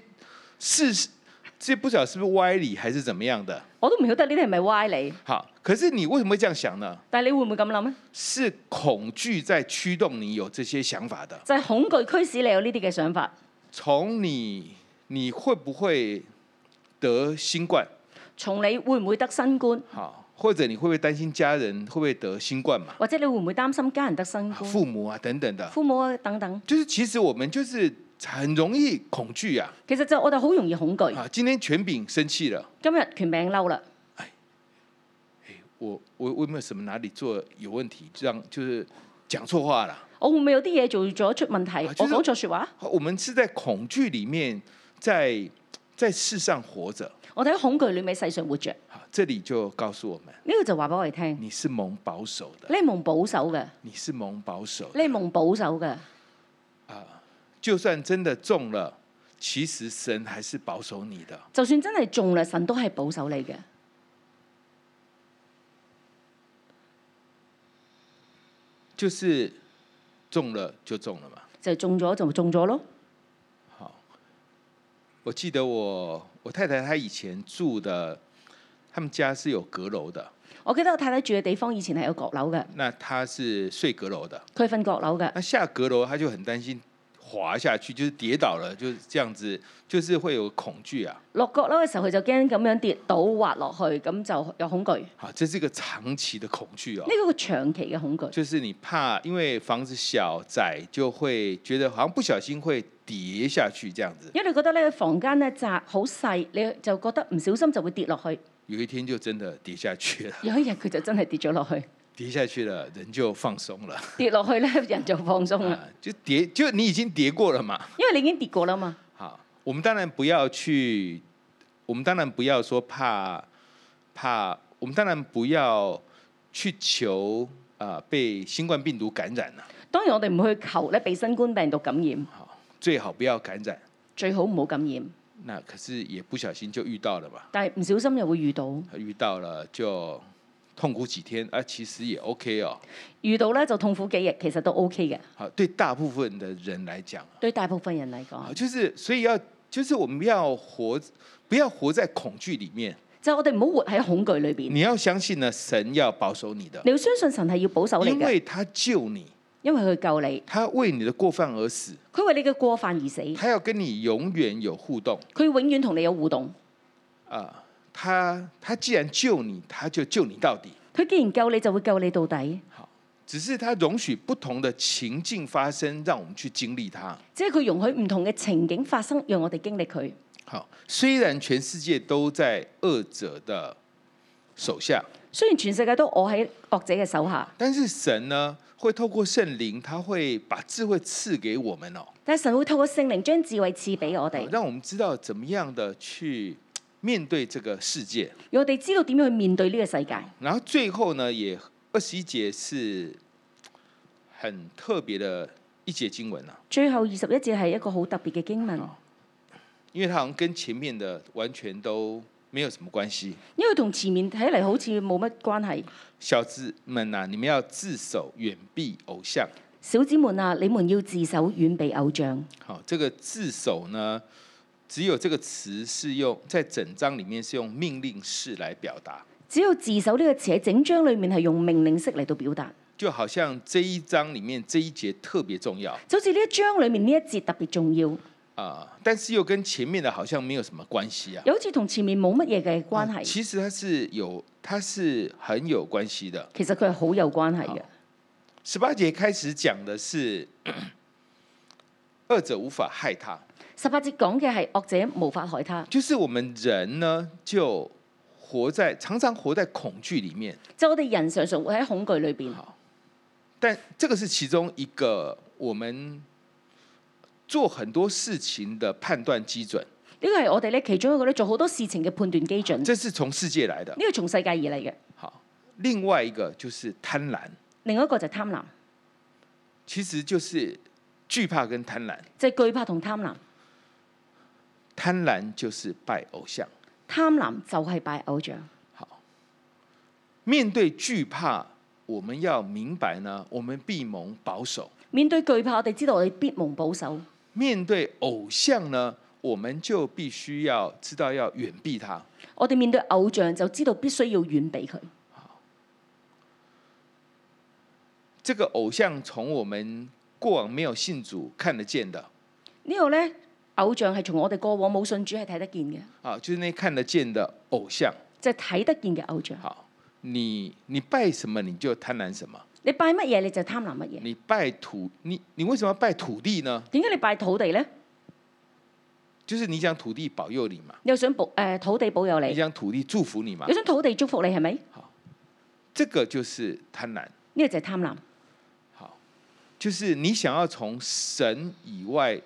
事？这不晓得是不是歪理还是怎么样的？
我都唔曉得呢啲係咪歪理，
好，可是你为什么会这样想呢？
但係你會唔會咁諗咧？
是恐惧在驱动你有这些想法的。
就係恐懼驅使你有呢啲嘅想法。
从你你会不会得新冠？
從你會唔會得新冠，
好，或者你会不会担心家人会不会得新冠嘛？
或者你會唔會擔心家人得新
啊
冠、
父母啊等等的，
父母啊等等，
就是其实我们就是很容易恐惧啊。
其實就我哋好容易恐懼。
啊，今天权柄生气了，
今日權柄嬲啦，
我我我有没有什么哪里做有问题，让就是讲错话了？
我會唔會有啲嘢做咗出問題？
啊就是
我講錯説話，
好我们是在恐惧里面，在在世上活着。
我哋喺恐懼裏面世上活着。呢、
好，這裡就告訴我们，
個就話俾我哋聽，
你是蒙保守的，
你係蒙保守嘅，
你是蒙保守的。
你係蒙保守嘅。
就算真的中了，其实神还是保守你的。
就算真係中啦，神都係保守你嘅。
就是中了就中了嘛。
就中咗就中咗咯。
我记得我我太太她以前住的，他们家是有阁楼的，
我記得我太太住嘅地方以前係有閣樓嘅，
那她是睡阁楼的，
佢瞓閣樓嘅。
那下阁楼她就很担心滑下去，就是跌倒了，就是这样子，就是会有恐惧啊。
落閣樓嘅時候，佢就驚咁樣跌倒滑落去，咁就有恐懼。呢
好，這是一個長期的恐懼哦，
個長期嘅恐懼，
就是你怕，因為房子小窄，就會覺得好像不小心會跌下去這樣子。
因為你覺得咧房間咧窄好細，你就覺得唔小心就會跌落去。
有一天就真的跌下去了，
有一日佢就真係跌咗落去，
跌下去了，人就放鬆了。
跌落去咧 (laughs) 人就放鬆啦，
啊，就跌，就你已經跌過了嘛。
因為你已經跌過啦嘛。
好，我們當然不要去，我們當然不要說怕怕，我們當然不要去求啊、呃被新冠病毒感染啊了、
當然我哋唔去求咧被新冠病毒感染，
好，最好不要感染。
最好唔好感染，
那可是也不小心就遇到了嘛，
但係唔小心又會遇到，
遇到了就痛苦幾天啊，其實也 OK 哦。
遇到咧就痛苦幾日，其實都 OK 嘅。
好，對大部分的人來講，
對大部分人嚟講
啊，。就是所以要就是我們要活，不要活在恐懼裡面。
就係我哋唔好活喺恐懼裏邊。
你要相信呢，神要保守你的，
你要相信神係要保守你
因
嘅，
為他救你。
因為佢救你，
他为你的过犯而死，
佢為你嘅過犯而死，佢
他要跟你永遠有互動
永遠同你有互動。
啊、他他既然救你，他就救你到底。
佢既然救你，就會救你到底。
只是他容许不同的情境發生，讓我們去經歷它。
即係佢容許唔同嘅情景發生，讓我哋經歷佢。
好，雖然全世界都在惡者的手下，
雖然全世界都我喺惡者嘅手下，
但是神呢，會透過聖靈，他會把智慧賜給我們哦，
但係神會透過聖靈將智慧賜俾我哋，
讓我們知道怎麼樣的去面對這個世界。
讓我哋知道點樣去面對呢個世界。
然后最后呢，也二十一节是很特别的一节經文啊，
最後二十一節係一個好特別嘅經文，
因為它好像跟前面的完全都沒有什麼關係。
因為同前面睇嚟好似冇乜關係。
小子們啊，你們要自守，遠避偶像。
小子們啊，你們要自守遠避偶像。
好，这个自守呢，只有這個詞是用在整章裡面是用命令式來表達，
只有自首呢個詞喺整章裏面係用命令式嚟到表達，
就好像這一章裡面這一節特別重要啊、啊
就好似呢一章裏面呢一節特別重要，
但是又跟前面的好像沒有什麼關係啊。
又好似同前面冇乜嘢嘅關
嗯
係，
其實它是有，它是很有關係的。
其實佢係好有關係嘅。
十八節開始講的是， (clears throat) 二者無法害他，
十八節講嘅係惡者無法害他，
就是我們人呢就活在常常活在恐懼裡面。
就我哋人常常會喺恐懼裏邊，呢
好，但這個是其中一個我們做很多事情的判斷基準，
個係我哋咧其中一個咧做好多事情嘅判斷基準，呢
這是從世界來的。
個從世界而嚟嘅。
好，另外一個就是貪婪，
另一個就係貪婪，
其實就是懼怕跟貪婪。
就係懼怕同貪婪，
貪婪就是拜偶像。
貪婪就係拜偶像。
好，面對懼怕，我們要明白呢，我們必蒙保守；
面對懼怕，我哋知道我哋必蒙保守；
面對偶像呢，我們就必須要知道要遠避他。
我哋面對偶像就知道必須要遠避佢。
這個偶像從我們過往沒有信主看得見的
呢度呢，偶像係從我哋過往冇信主係睇得見嘅，
啊，就是那看得見的偶像。
就係、睇得見嘅偶像。
好，你你拜什麼你就貪婪什麼，
你拜乜嘢你就貪婪乜嘢。
你拜土你你為什麼要拜土地呢？
點解你拜土地呢？
就是你想土地保佑你嘛，
你又想保誒、呃土地保佑
你
你，
想土地祝福你嘛
又，想土地祝福你係咪？呢、
這個就是貪婪。
個就係貪婪，
好，就是你想要從神以外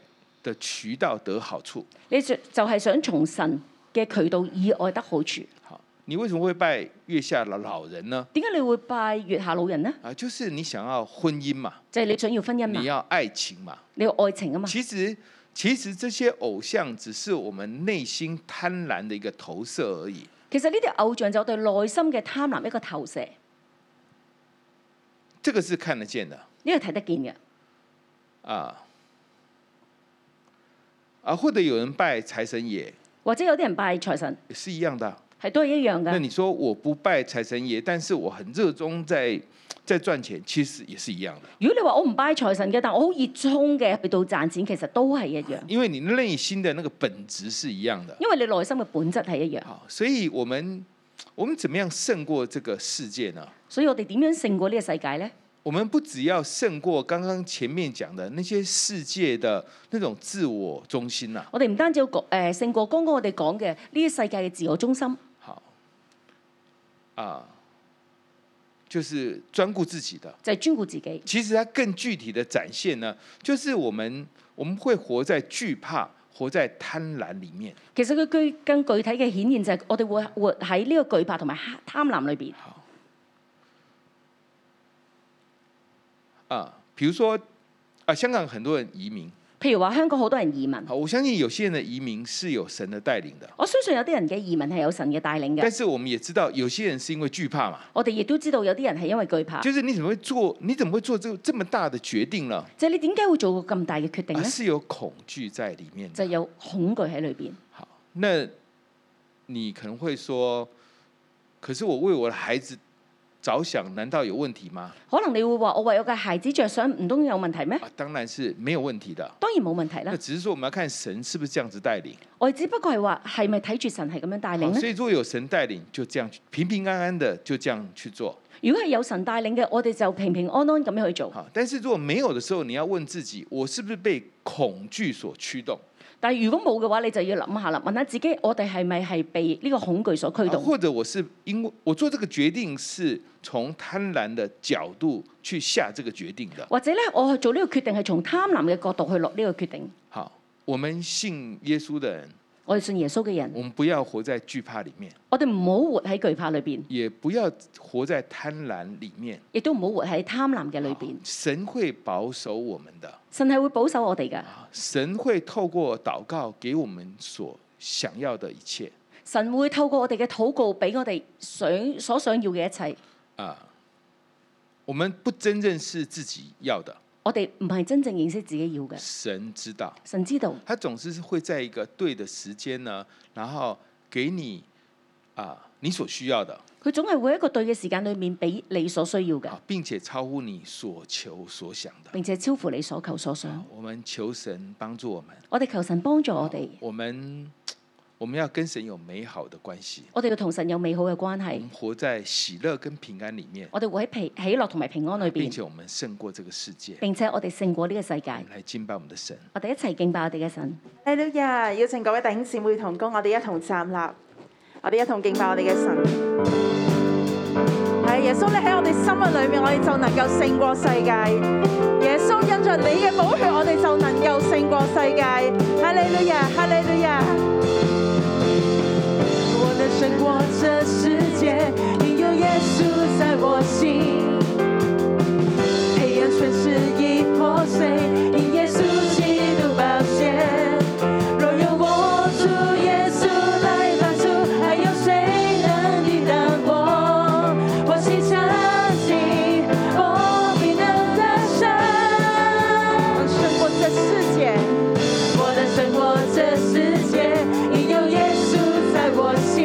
的渠道得好處。
你就就係想從神嘅渠道以外得好處。
好，你為什麼會拜月下老老人呢？
點解你會拜月下老人呢？
啊，就是你想要婚姻嘛，
就係、你想要婚姻
你啊
嘛，
要愛情嘛。
你要愛情啊嘛。
其實，其實這些偶像只是我們內心貪婪的一個投射而已。
其實呢啲偶像就我哋內心嘅貪婪一個投射，呢、
這個是看得見的。
個睇得見嘅。
啊啊，或者有人拜财神爷
或者有啲人拜財神，
也是一样的啊、
係都係一樣
那
嘅。
你说我不拜财神爷，但是我很热衷在在賺錢，其實也是一樣的，
如果你話我唔拜財神嘅，但我好熱衷嘅去到賺錢，其實都係一樣，
因為你內心的那個本質是一樣的。
因為你內心嘅本質係一樣。
好，所以我們我們怎麼樣勝過這個世界呢？
所以我哋點樣勝過呢個世界呢？
我們不只要勝過剛剛前面講的那些世界的那種自我中心啊啦、
我哋唔單止要誒、呃、勝過剛剛我哋講嘅呢個世界嘅自我中心，
好啊，就是專顧自己的。
就係、專顧自己。
其實它更具體的展現呢，就是我們我們會活在懼怕、活在貪婪裡面。
其實佢具更具體嘅顯現就係我哋會活喺呢個懼怕同埋貪貪婪裏邊。
好啊，比如說啊，香港很多人移民，
譬如話香港好多人移民，
好，我相信有些人的移民是有神的帶領的，
我相信有啲人嘅移民係有神嘅帶領
但
嘅。
是我們也知道有些人是因為懼怕嘛，
我哋亦都知道有啲人係因為懼怕，
就是你怎麼會做，你怎麼會做這這麼大的決定呢？
就係你點解會做個咁大嘅決定
啊，
呢？
是有恐懼在裡面
就
的。
有恐懼喺裏邊。
好，那你可能會說，可是我為我的孩子着想，難道有問題嗎？
可能你會話：我為我嘅孩子着想，唔通有問題咩？
啊，當然是沒有問題的。
當然冇問題
那
啦。
只是說我們要看神是不是這樣子帶領。
我哋只不過係話係咪睇住神係咁樣帶領
好，所
啊呢？
以如果有神帶領，就這樣去平平安安的就這樣去做。
如果係有神帶領嘅，我哋就平平安安咁樣去做。
好，但是如果沒有的時候，你要問自己，我是不是被恐懼所驅動？
但係如果冇嘅話，你就要諗下啦，問下自己，我哋係咪係被呢個恐懼所驅
啊
動？
或者我是因為我做這個決定是從貪婪的角度去下這個決定的。
或者咧，我去做呢個決定係從貪婪嘅角度去落呢個決定。
好，我們信耶穌的人，
我哋信耶穌嘅人，
我們不要活在懼怕裡面，
我哋唔好活喺懼怕裏邊，
也不要活在貪婪裡面。
亦都唔好活喺貪婪嘅裏邊。
神會保守我們的，
神係會保守我哋嘅，
神會透過禱告給我們所想要的一切。
神會透過我哋嘅禱告，俾我哋想所想要嘅一切。
啊，我们不真正是自己要的，
我哋唔係真正認識自己要嘅，
神知道，
神知道，
他总是会在一个对的时间呢，然后给你啊你所需要的
佢總係會喺一個對嘅時間裏面俾你所需要嘅
啊，，并且超乎你所求所想的。
並且超乎你所求所想。
我们求神帮助我们，
我哋求神幫助我哋，
我们我们要跟神有美好的关系，
我哋要同神有美好嘅關
我
係，
们活在喜乐跟平安里面，
我哋會喺平喜樂同埋平安裏
并
邊，
且我们胜过这个世界。
並且我哋勝過呢個世
我
界
们。来敬拜我们的神。
我哋一齊敬拜我哋嘅神。
哈利路亞！邀請各位弟兄姊妹同工，我哋一同站立，我哋一同敬拜我哋嘅神。係耶穌，你喺我哋心嘅裏面，我哋就能夠勝過世界。耶穌因着你嘅寶血，我哋就能夠勝過世界。哈利路亞！哈利路亞！
我能胜过这世界，因有耶稣在我心。黑暗全是已破碎，因耶稣基督宝血。若有我主耶稣来帮助，还有谁能抵挡我？我心相信，我必能得胜。
胜過這世界，
我能胜过这世界，因有耶稣在我心。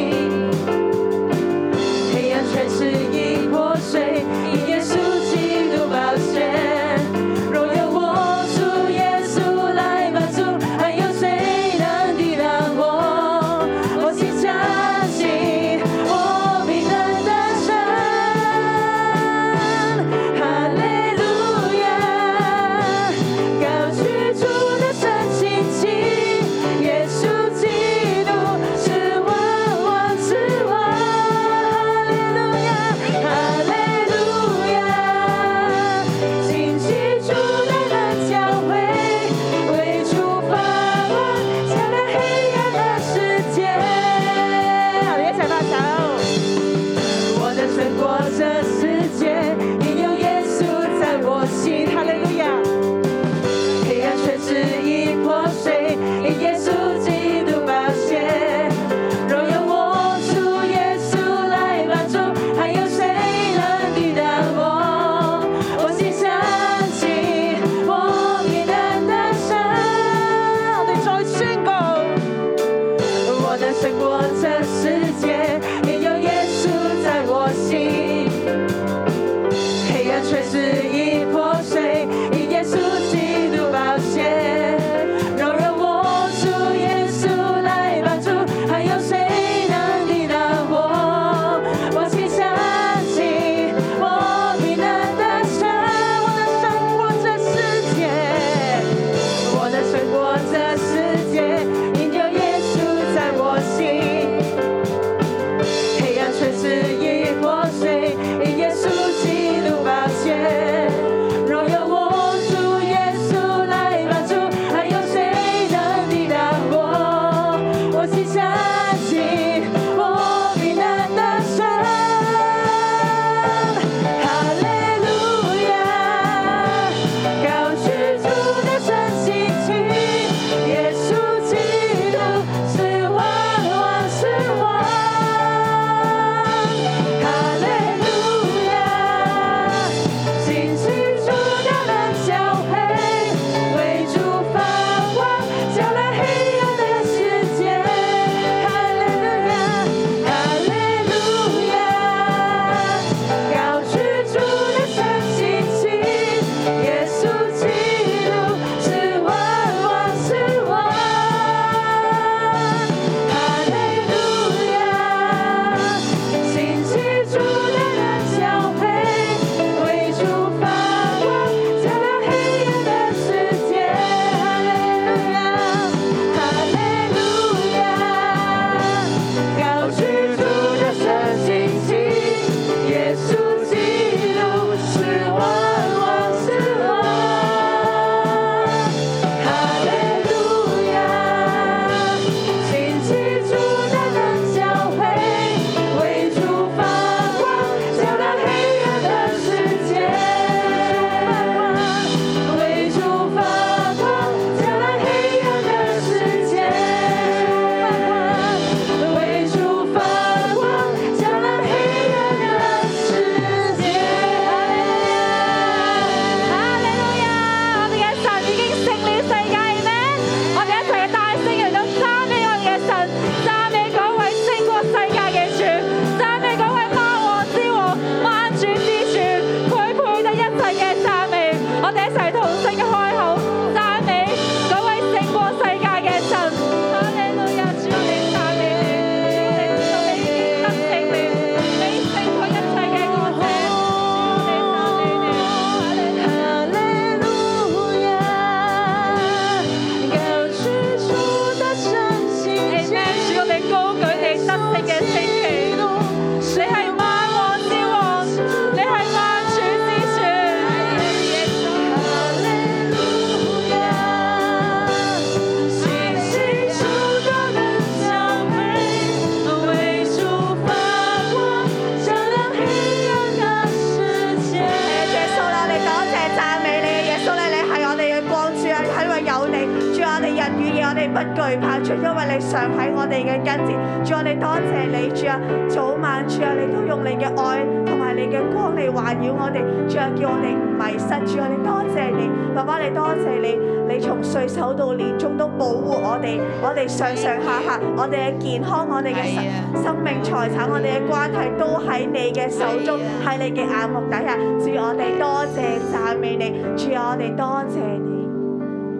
主，因為你常喺我哋嘅跟前。主啊，你多謝你，主啊，早晚主啊，你都用你嘅愛同埋你嘅光嚟環繞我哋，主啊，叫我哋唔迷失。主啊，你多謝你，爸爸你多謝你，你從歲首到年終都保護我哋，我哋上上下下，我哋嘅健康，我哋嘅生生命財產，我哋嘅關係都喺你嘅手中，喺你嘅眼目底下。主啊，我哋多謝讚美你，主啊，我哋多謝你。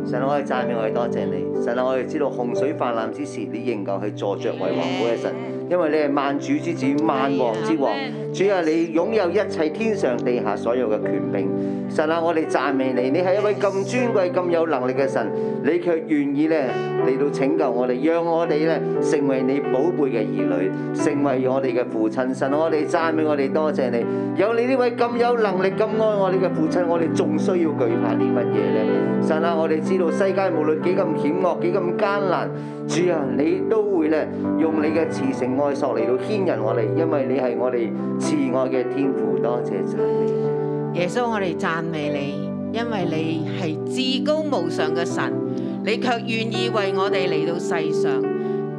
神啊，我哋讚美，我哋多謝你。神啊，我哋知道洪水泛濫之時，你仍舊係坐著為王好嘅神，因為你係萬主之主、萬王之王。主啊，你擁有一切天上地下所有嘅權柄。神啊，我哋讚美你，你係一位咁尊貴、咁有能力嘅神，你卻願意咧嚟到拯救我哋，讓我哋咧成為你寶貝嘅兒女，成為我哋嘅父親。神啊，我哋讚美，我哋多謝你，有你呢位咁有能力、咁愛我哋嘅父親，我哋仲需要懼怕啲乜嘢咧？神啊，我哋知道世界無論幾咁險惡、幾咁艱難，主啊，你都會咧用你嘅慈繩愛索嚟到牽引我哋，因為你係我哋慈愛嘅天父，多謝讚美。
耶穌，我哋讚美你，因為你係至高無上嘅神，你卻願意為我哋嚟到世上，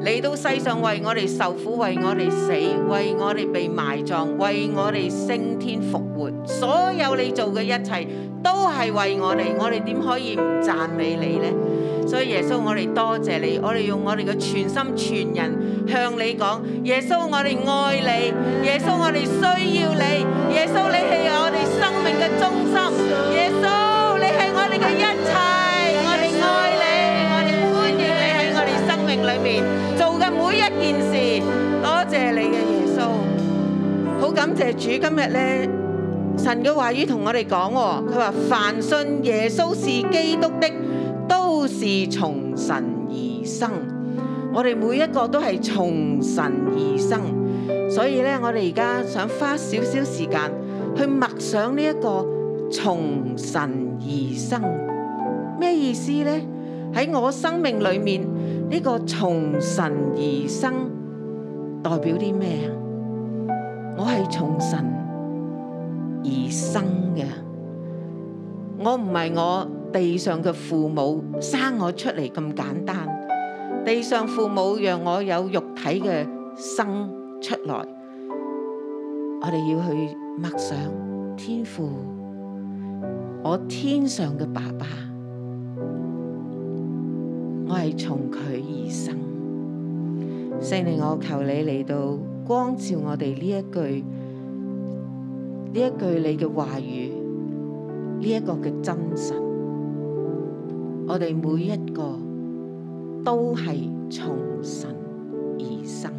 嚟到世上為我哋受苦，為我哋死，為我哋被埋葬，為我哋升天復活，所有你做嘅一切都係為我哋，我哋點可以唔讚美你呢？所以耶穌，我哋多謝你，我哋用我哋嘅全心全人向你講，耶穌，我哋愛你，耶穌，我哋需要你，耶穌，你係我哋生命嘅中心，耶穌，你係我哋嘅一切，我哋愛你，我哋歡迎你喺我哋生命裏面做嘅每一件事，多謝你嘅耶穌，好感謝主今日咧。神嘅話語同我哋講喎，佢話凡信耶穌是基督的，都是從神而生。我哋每一個都係從神而生，所以咧，我哋而家想花少少時間去默想呢一個從神而生咩意思呢？喺我生命裏面呢個從神而生代表啲咩啊？我係從神。而生嘅。我唔係我地上嘅父母生我出嚟咁簡單，地上父母讓我有肉體嘅生出來，我哋要去默想天父，我天上嘅爸爸，我係從佢而生。聖靈，我求你嚟到光照我哋呢一句。呢一句你嘅話語，呢一個嘅真實，我哋每一個都係從神而生，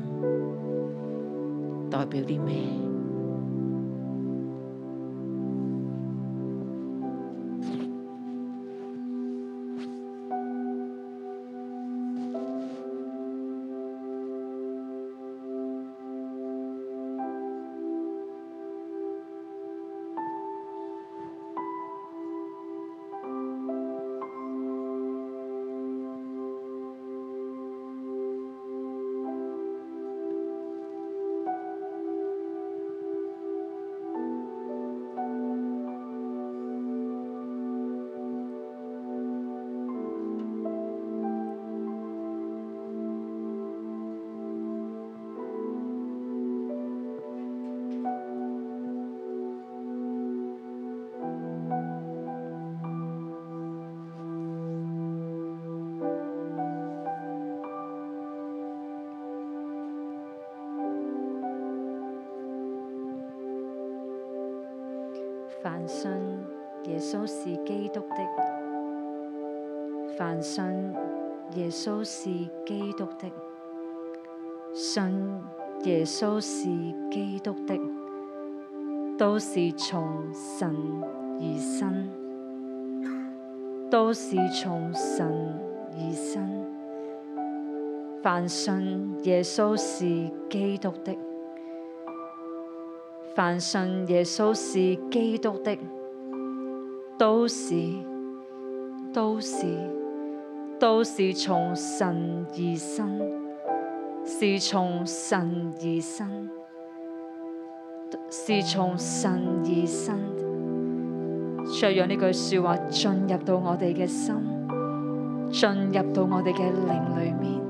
代表啲咩？
凡信耶穌是基督的，凡信耶穌是基督的，信耶穌是基督的，都是從神而生，都是從神而生。凡信耶穌是基督的。凡信耶穌是基督的，都是都是都是從神而生，是從神而生，是從神而生。再讓呢句説話進入到我哋嘅心，進入到我哋嘅靈裏面，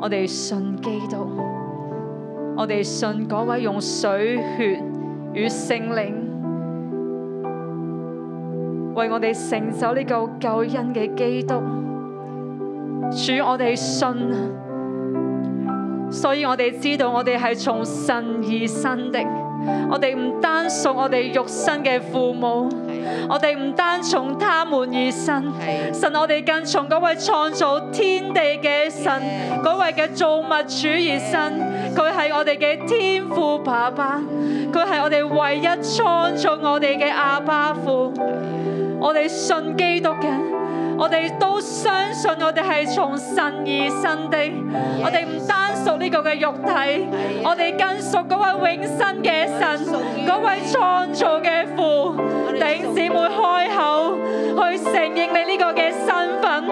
我哋信基督，我哋信嗰位用水血與聖靈為我哋成就呢個救恩嘅基督。主，我哋信，所以我哋知道我哋係從神而生的。我哋唔單屬我哋肉身嘅父母，我哋唔單從他們而生。神，我哋更從嗰位創造天地嘅神，嗰位嘅造物主而生。佢係我哋嘅天父爸爸，佢係我哋唯一創造我哋嘅阿爸父。我哋信基督嘅，我哋都相信我哋係從神而生的。我哋唔單屬呢個嘅肉體，我哋更屬嗰位永生嘅神，嗰位創造嘅父。弟兄姊妹開口去承認你呢個嘅身份，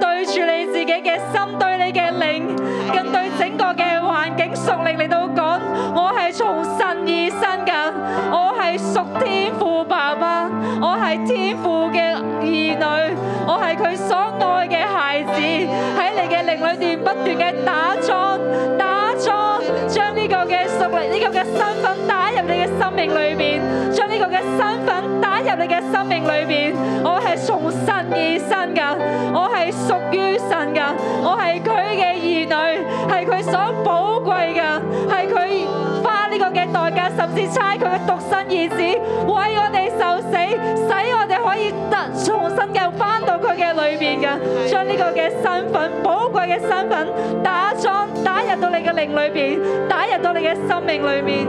對住你自己嘅心，對你嘅靈，更對整個嘅環境屬靈嚟到講，我係從神而生㗎，我係屬天父爸爸，我係天父嘅兒女，我係佢所愛嘅孩子，喺你嘅靈裏面不斷嘅打樁、打樁，將呢個嘅屬靈呢個嘅身份打入你嘅生命裏面，將呢個嘅身份打入你嘅生命裏面。我係從神而生㗎，我係屬於神㗎，我係佢嘅兒女，係佢所寶貴㗎，係佢花呢個嘅代價，甚至差佢嘅獨生兒子為我哋受死，使我哋可以得重新嘅翻到佢嘅裏面㗎，將呢個嘅身份寶貴嘅身份打裝打入到你嘅靈裏面，打入到你嘅生命裏面。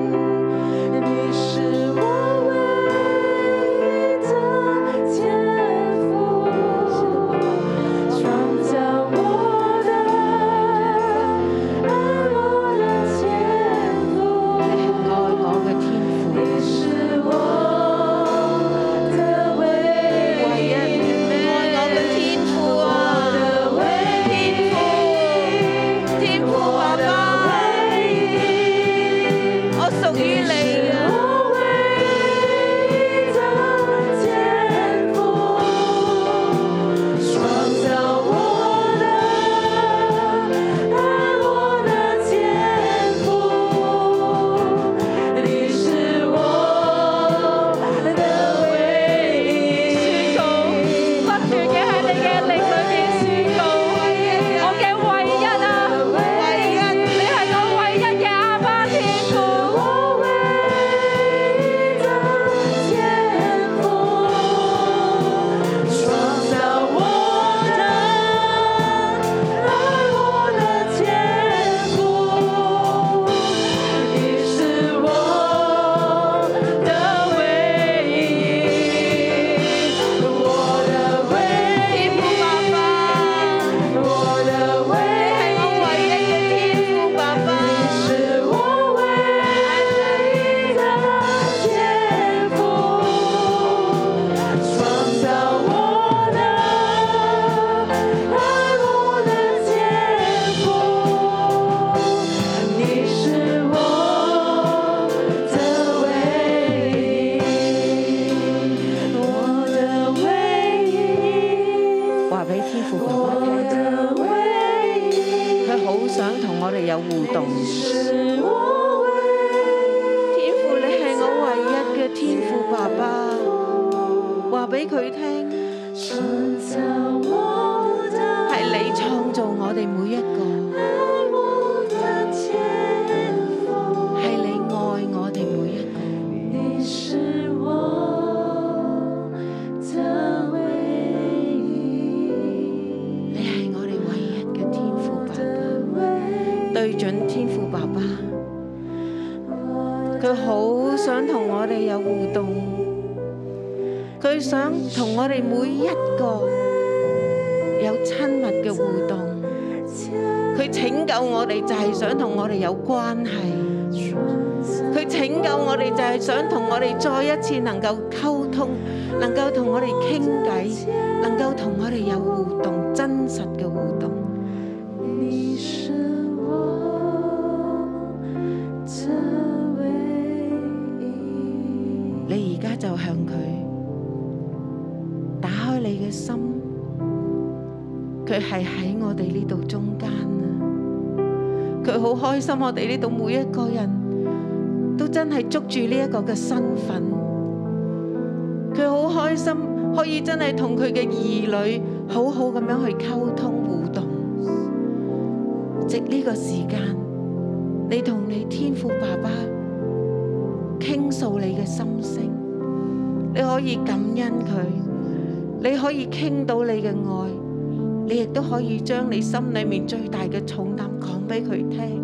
你是我唯一的天赋，创造我的爱我的天赋，你是我的唯一，我的唯一，我的唯一。你是我唯一的天赋，创造我的爱我的天赋。你是我的唯一，
不斷嘅喺你嘅靈裏面宣告，我嘅唯一啊，你係我唯一嘅阿爸天父，
我唯一的天赋，创造我的爱我的天赋，你是我的唯一，我的唯一，我的唯一。你是我唯一的天赋，创造我的爱我的天赋，你是我的唯一，我的唯一，
話俾天父爸
我
爸聽，
的唯一。
佢好想同我哋有互動。
是我
天父，你係我唯一嘅天父爸爸，話俾佢聽，
创造我的
係你創造我哋每一個，
爱，我的天赋，
係你愛我哋每一個。
你是我的唯一，
你係我哋唯一嘅天父
我
爸爸，
的唯
對準天父爸爸，佢好想同我哋有互動，佢想同我哋每一個有親密嘅互動。佢拯救我哋就係想同我哋有關係，佢拯救我哋就係想同我哋再一次能夠溝通，能夠同我哋傾偈，能夠同我哋有互動，真實嘅互動。
一，你是我的唯一。
你而家就向佢打開你嘅心，佢係喺我哋呢度中間啊！佢好開心，我哋呢度每一個人都真係捉住呢一個嘅身份，佢好開心，可以真係同佢嘅兒女好好咁樣去溝通互動。藉呢個時間，你同你天父爸爸傾訴你嘅心聲，你可以感恩佢，你可以傾到你嘅愛。你亦都可以將你心裏面最大嘅重擔講俾佢聽，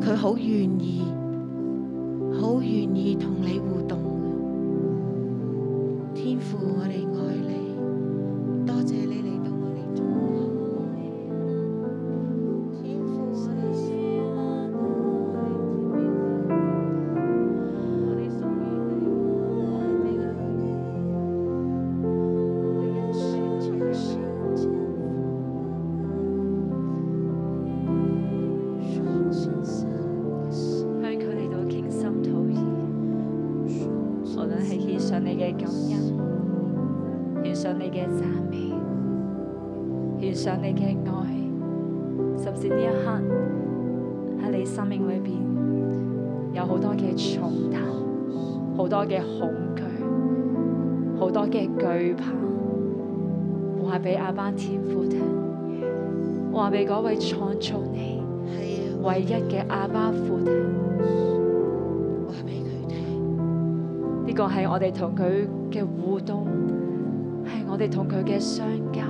佢好願意，好願意同你互動嘅。天父，我哋愛你，多謝你嚟到我哋中間。天父，我哋信你我哋屬於你，我哋俾你。
向佢嚟到傾心吐意，無論係獻上你嘅感恩，獻上你嘅讚美，獻上你嘅愛，甚至呢一刻喺你生命裏邊有好多嘅重擔，好多嘅恐懼，好多嘅懼怕，話俾阿爸天父聽，話俾嗰位創造你唯一嘅阿爸父聽。
話俾佢聽，
呢個係我哋同佢嘅互動，係我哋同佢嘅相交。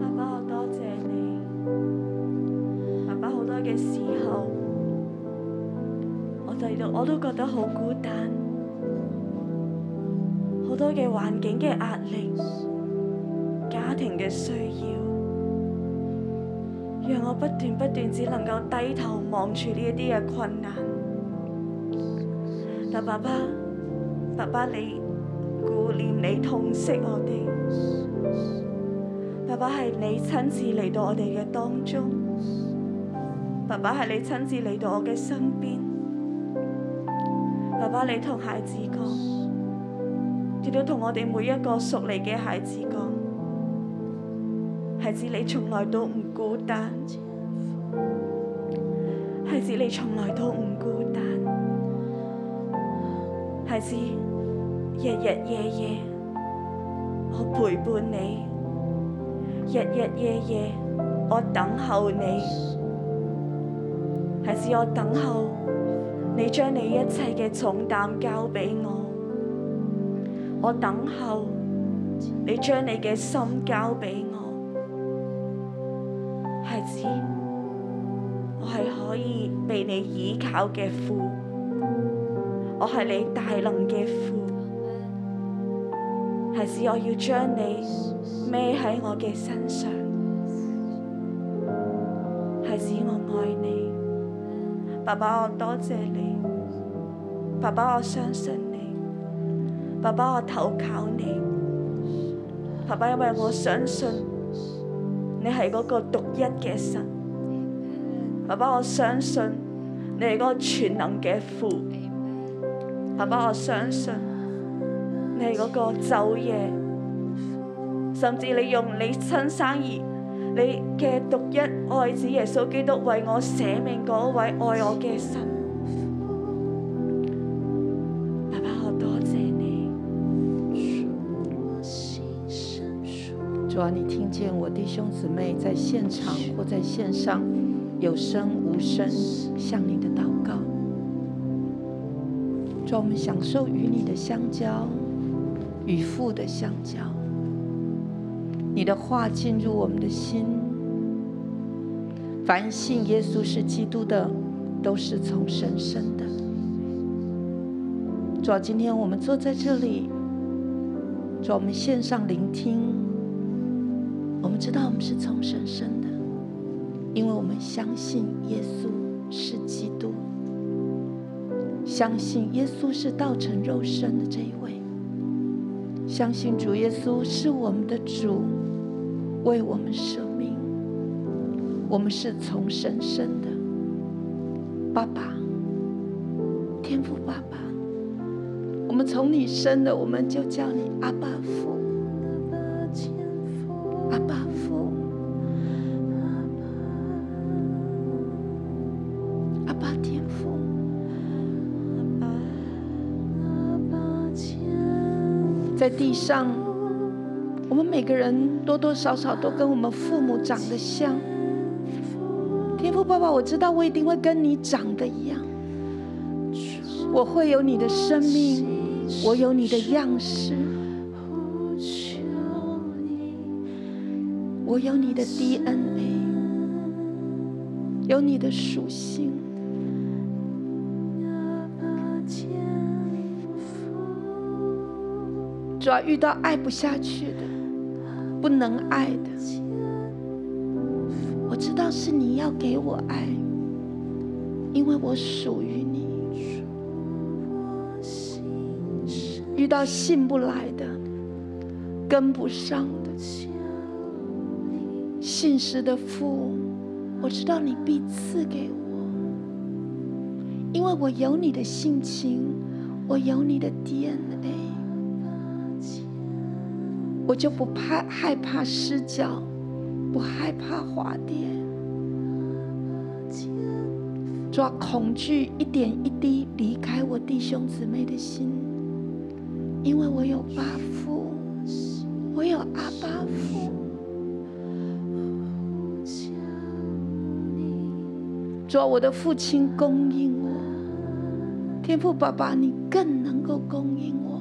爸爸，我多謝你。爸爸好多嘅時候，我哋都我都覺得好孤單，好多嘅環境嘅壓力，家庭嘅需要，讓我不斷不斷只能夠低頭望住呢一啲嘅困難。但爸爸，爸爸你顧念你痛惜我哋。爸爸係你親自嚟到我哋嘅當中，爸爸係你親自嚟到我嘅身邊，爸爸你同孩子講，亦都同我哋每一個屬你嘅孩子講，孩子你從來都唔孤單，孩子你從來都唔孤單，孩子日日夜夜我陪伴你。日日夜夜，我等候你，孩子，我等候你將你一切嘅重擔交俾我，我等候你將你嘅心交俾我，孩子，我係可以被你倚靠嘅父，我係你大能嘅父，孩子，我要將你。孭喺我嘅身上，孩子，我愛你，爸爸，我多謝你，爸爸，我相信你，爸爸，我投靠你，爸爸，因為我相信你係嗰個獨一嘅神，爸爸，我相信你係嗰個全能嘅父，爸爸，我相信你係嗰個晝夜。甚至你用你親生兒、你嘅獨一愛子耶穌基督為我捨命嗰位愛我嘅神，爸爸，我多謝你。
主啊，你听见我弟兄姊妹在现场或在线上有声无声向你的祷告。主啊，我们享受与你的相交，与父的相交。你的话进入我们的心，凡信耶稣是基督的，都是从神生的。主啊，今天我们坐在这里，主啊，我们线上聆听。我们知道我们是从神生的，因为我们相信耶稣是基督，相信耶稣是道成肉身的这一位，相信主耶稣是我们的主，为我们舍命。我们是从神生的。爸爸，天父爸爸，我们从你生的，我们就叫你阿爸父，阿爸父，阿爸天父，在地上，我们每个人多多少少都跟我们父母长得像。天父爸爸，我知道我一定会跟你长得一样，我会有你的生命，我有你的样式，我有你的 DNA，有你的属性。主要遇到爱不下去的，不能爱的。我知道是你要给我爱，因为我属于你。遇到信不来的、跟不上的、信实的父，我知道你必赐给我，因为我有你的性情，我有你的 DNA，我就不怕害怕失脚。不害怕滑跌。主啊，恐惧一点一滴离开我弟兄姊妹的心，因为我有爸父，我有阿爸父。主啊，我的父亲供应我，天父爸爸，你更能够供应我。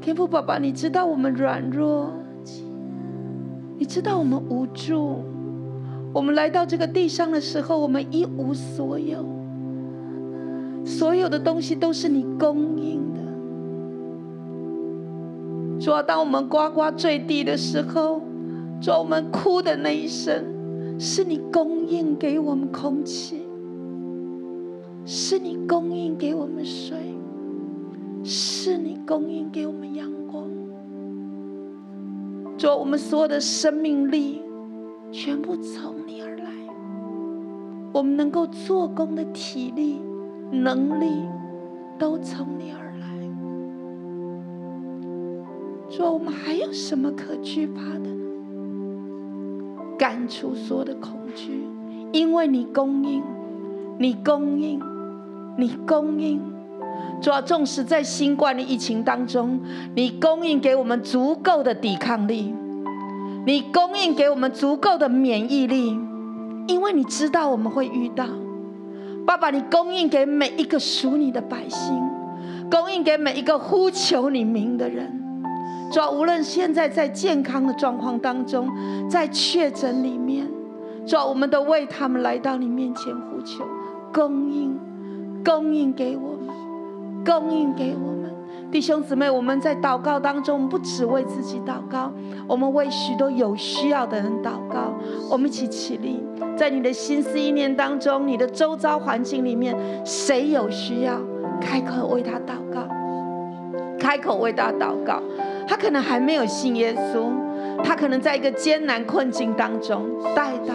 天父爸爸，你知道我们软弱，你知道我们无助，我们来到这个地上的时候，我们一无所有，所有的东西都是你供应的。主啊，当我们呱呱坠地的时候，主啊，我们哭的那一声，是你供应给我们空气，是你供应给我们水，是你供应给我们阳光。主啊，我们所有的生命力全部从你而来。我们能够做工的体力、能力都从你而来。主啊，我们还有什么可惧怕的呢？赶出所有的恐惧，因为你供应，你供应，你供应。主啊，纵使在新冠的疫情当中，你供应给我们足够的抵抗力，你供应给我们足够的免疫力，因为你知道我们会遇到。爸爸，你供应给每一个属你的百姓，供应给每一个呼求你名的人。主啊，无论现在在健康的状况当中，在确诊里面，主啊，我们都为他们来到你面前呼求，供应，供应给我们。供应给我们。弟兄姊妹，我们在祷告当中，我们不只为自己祷告，我们为许多有需要的人祷告。我们一起起立，在你的心思意念当中，你的周遭环境里面，谁有需要，开口为他祷告，开口为他祷告。他可能还没有信耶稣，他可能在一个艰难困境当中，带到，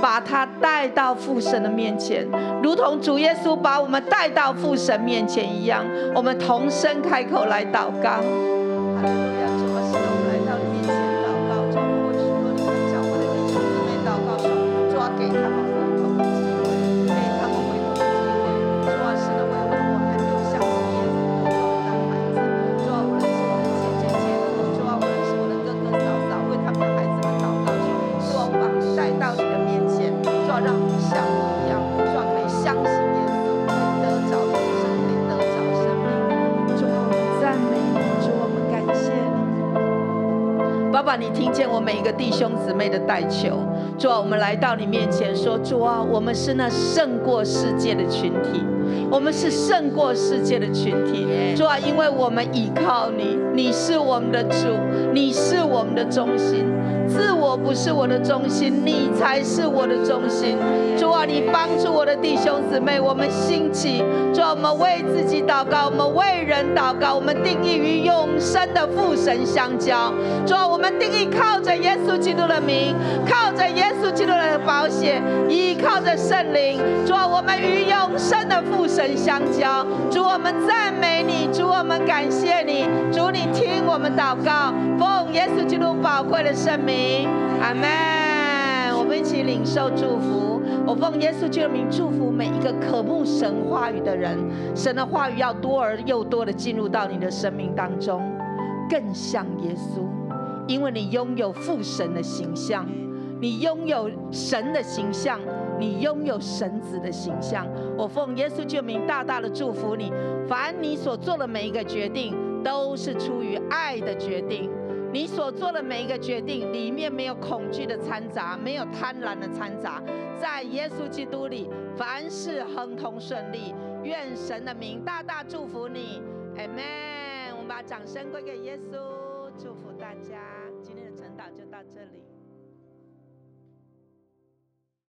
把他带到父神的面前，如同主耶稣把我们带到父神面前一样，我们同声开口来祷告。哈利路亚！主啊，使我们来到你面前祷告，主啊，为许多你们教会的弟兄姊妹祷告说，主啊，给他们回头的机会，给他们回头的机会，主啊，使得我们我们都像是耶稣口中的那孩子，主啊，无论是我的姐姐姐夫，主啊，无论是我的哥哥嫂嫂，为他们的孩子们祷告说，主啊，我把他们带到你的面前，主啊，让我们像你一样，主啊，可以相信耶稣，可以得着永生，可以得着生命。主啊，我们赞美你，主啊，我们感谢你。爸爸，你听见我每一个弟兄姊妹的代求，主啊，我们来到你面前说，主啊，我们是那胜过世界的群体，我们是胜过世界的群体，主啊，因为我们倚靠你，你是我们的主，你是我们的中心，自我不是我的中心，你才是我的中心，主啊，你帮助我的弟兄姊妹，我们兴起，主啊，我们为自己祷告，我们为人祷告，我们定义与永生的父神相交。主啊，我们定义靠着耶稣基督的名，靠着耶稣基督的宝谢，依靠着圣灵，主啊，我们与永生的父神相交。主，我们赞美你，主，我们感谢你，主，你听我们祷告，奉耶稣基督宝贵的圣名，阿门。我们一起领受祝福。我奉耶稣基督的名祝福每一个渴慕神话语的人，神的话语要多而又多的进入到你的生命当中，更像耶稣。因为你拥有父神的形象，你拥有神的形象，你拥有神子的形象。我奉耶稣救名，大大的祝福你。凡你所做的每一个决定，都是出于爱的决定。你所做的每一个决定，里面没有恐惧的掺杂，没有贪婪的掺杂。在耶稣基督里，凡事亨通顺利。愿神的名大大祝福你，Amen。我们把掌声归给耶稣，祝福大家。今天的晨祷就到这里。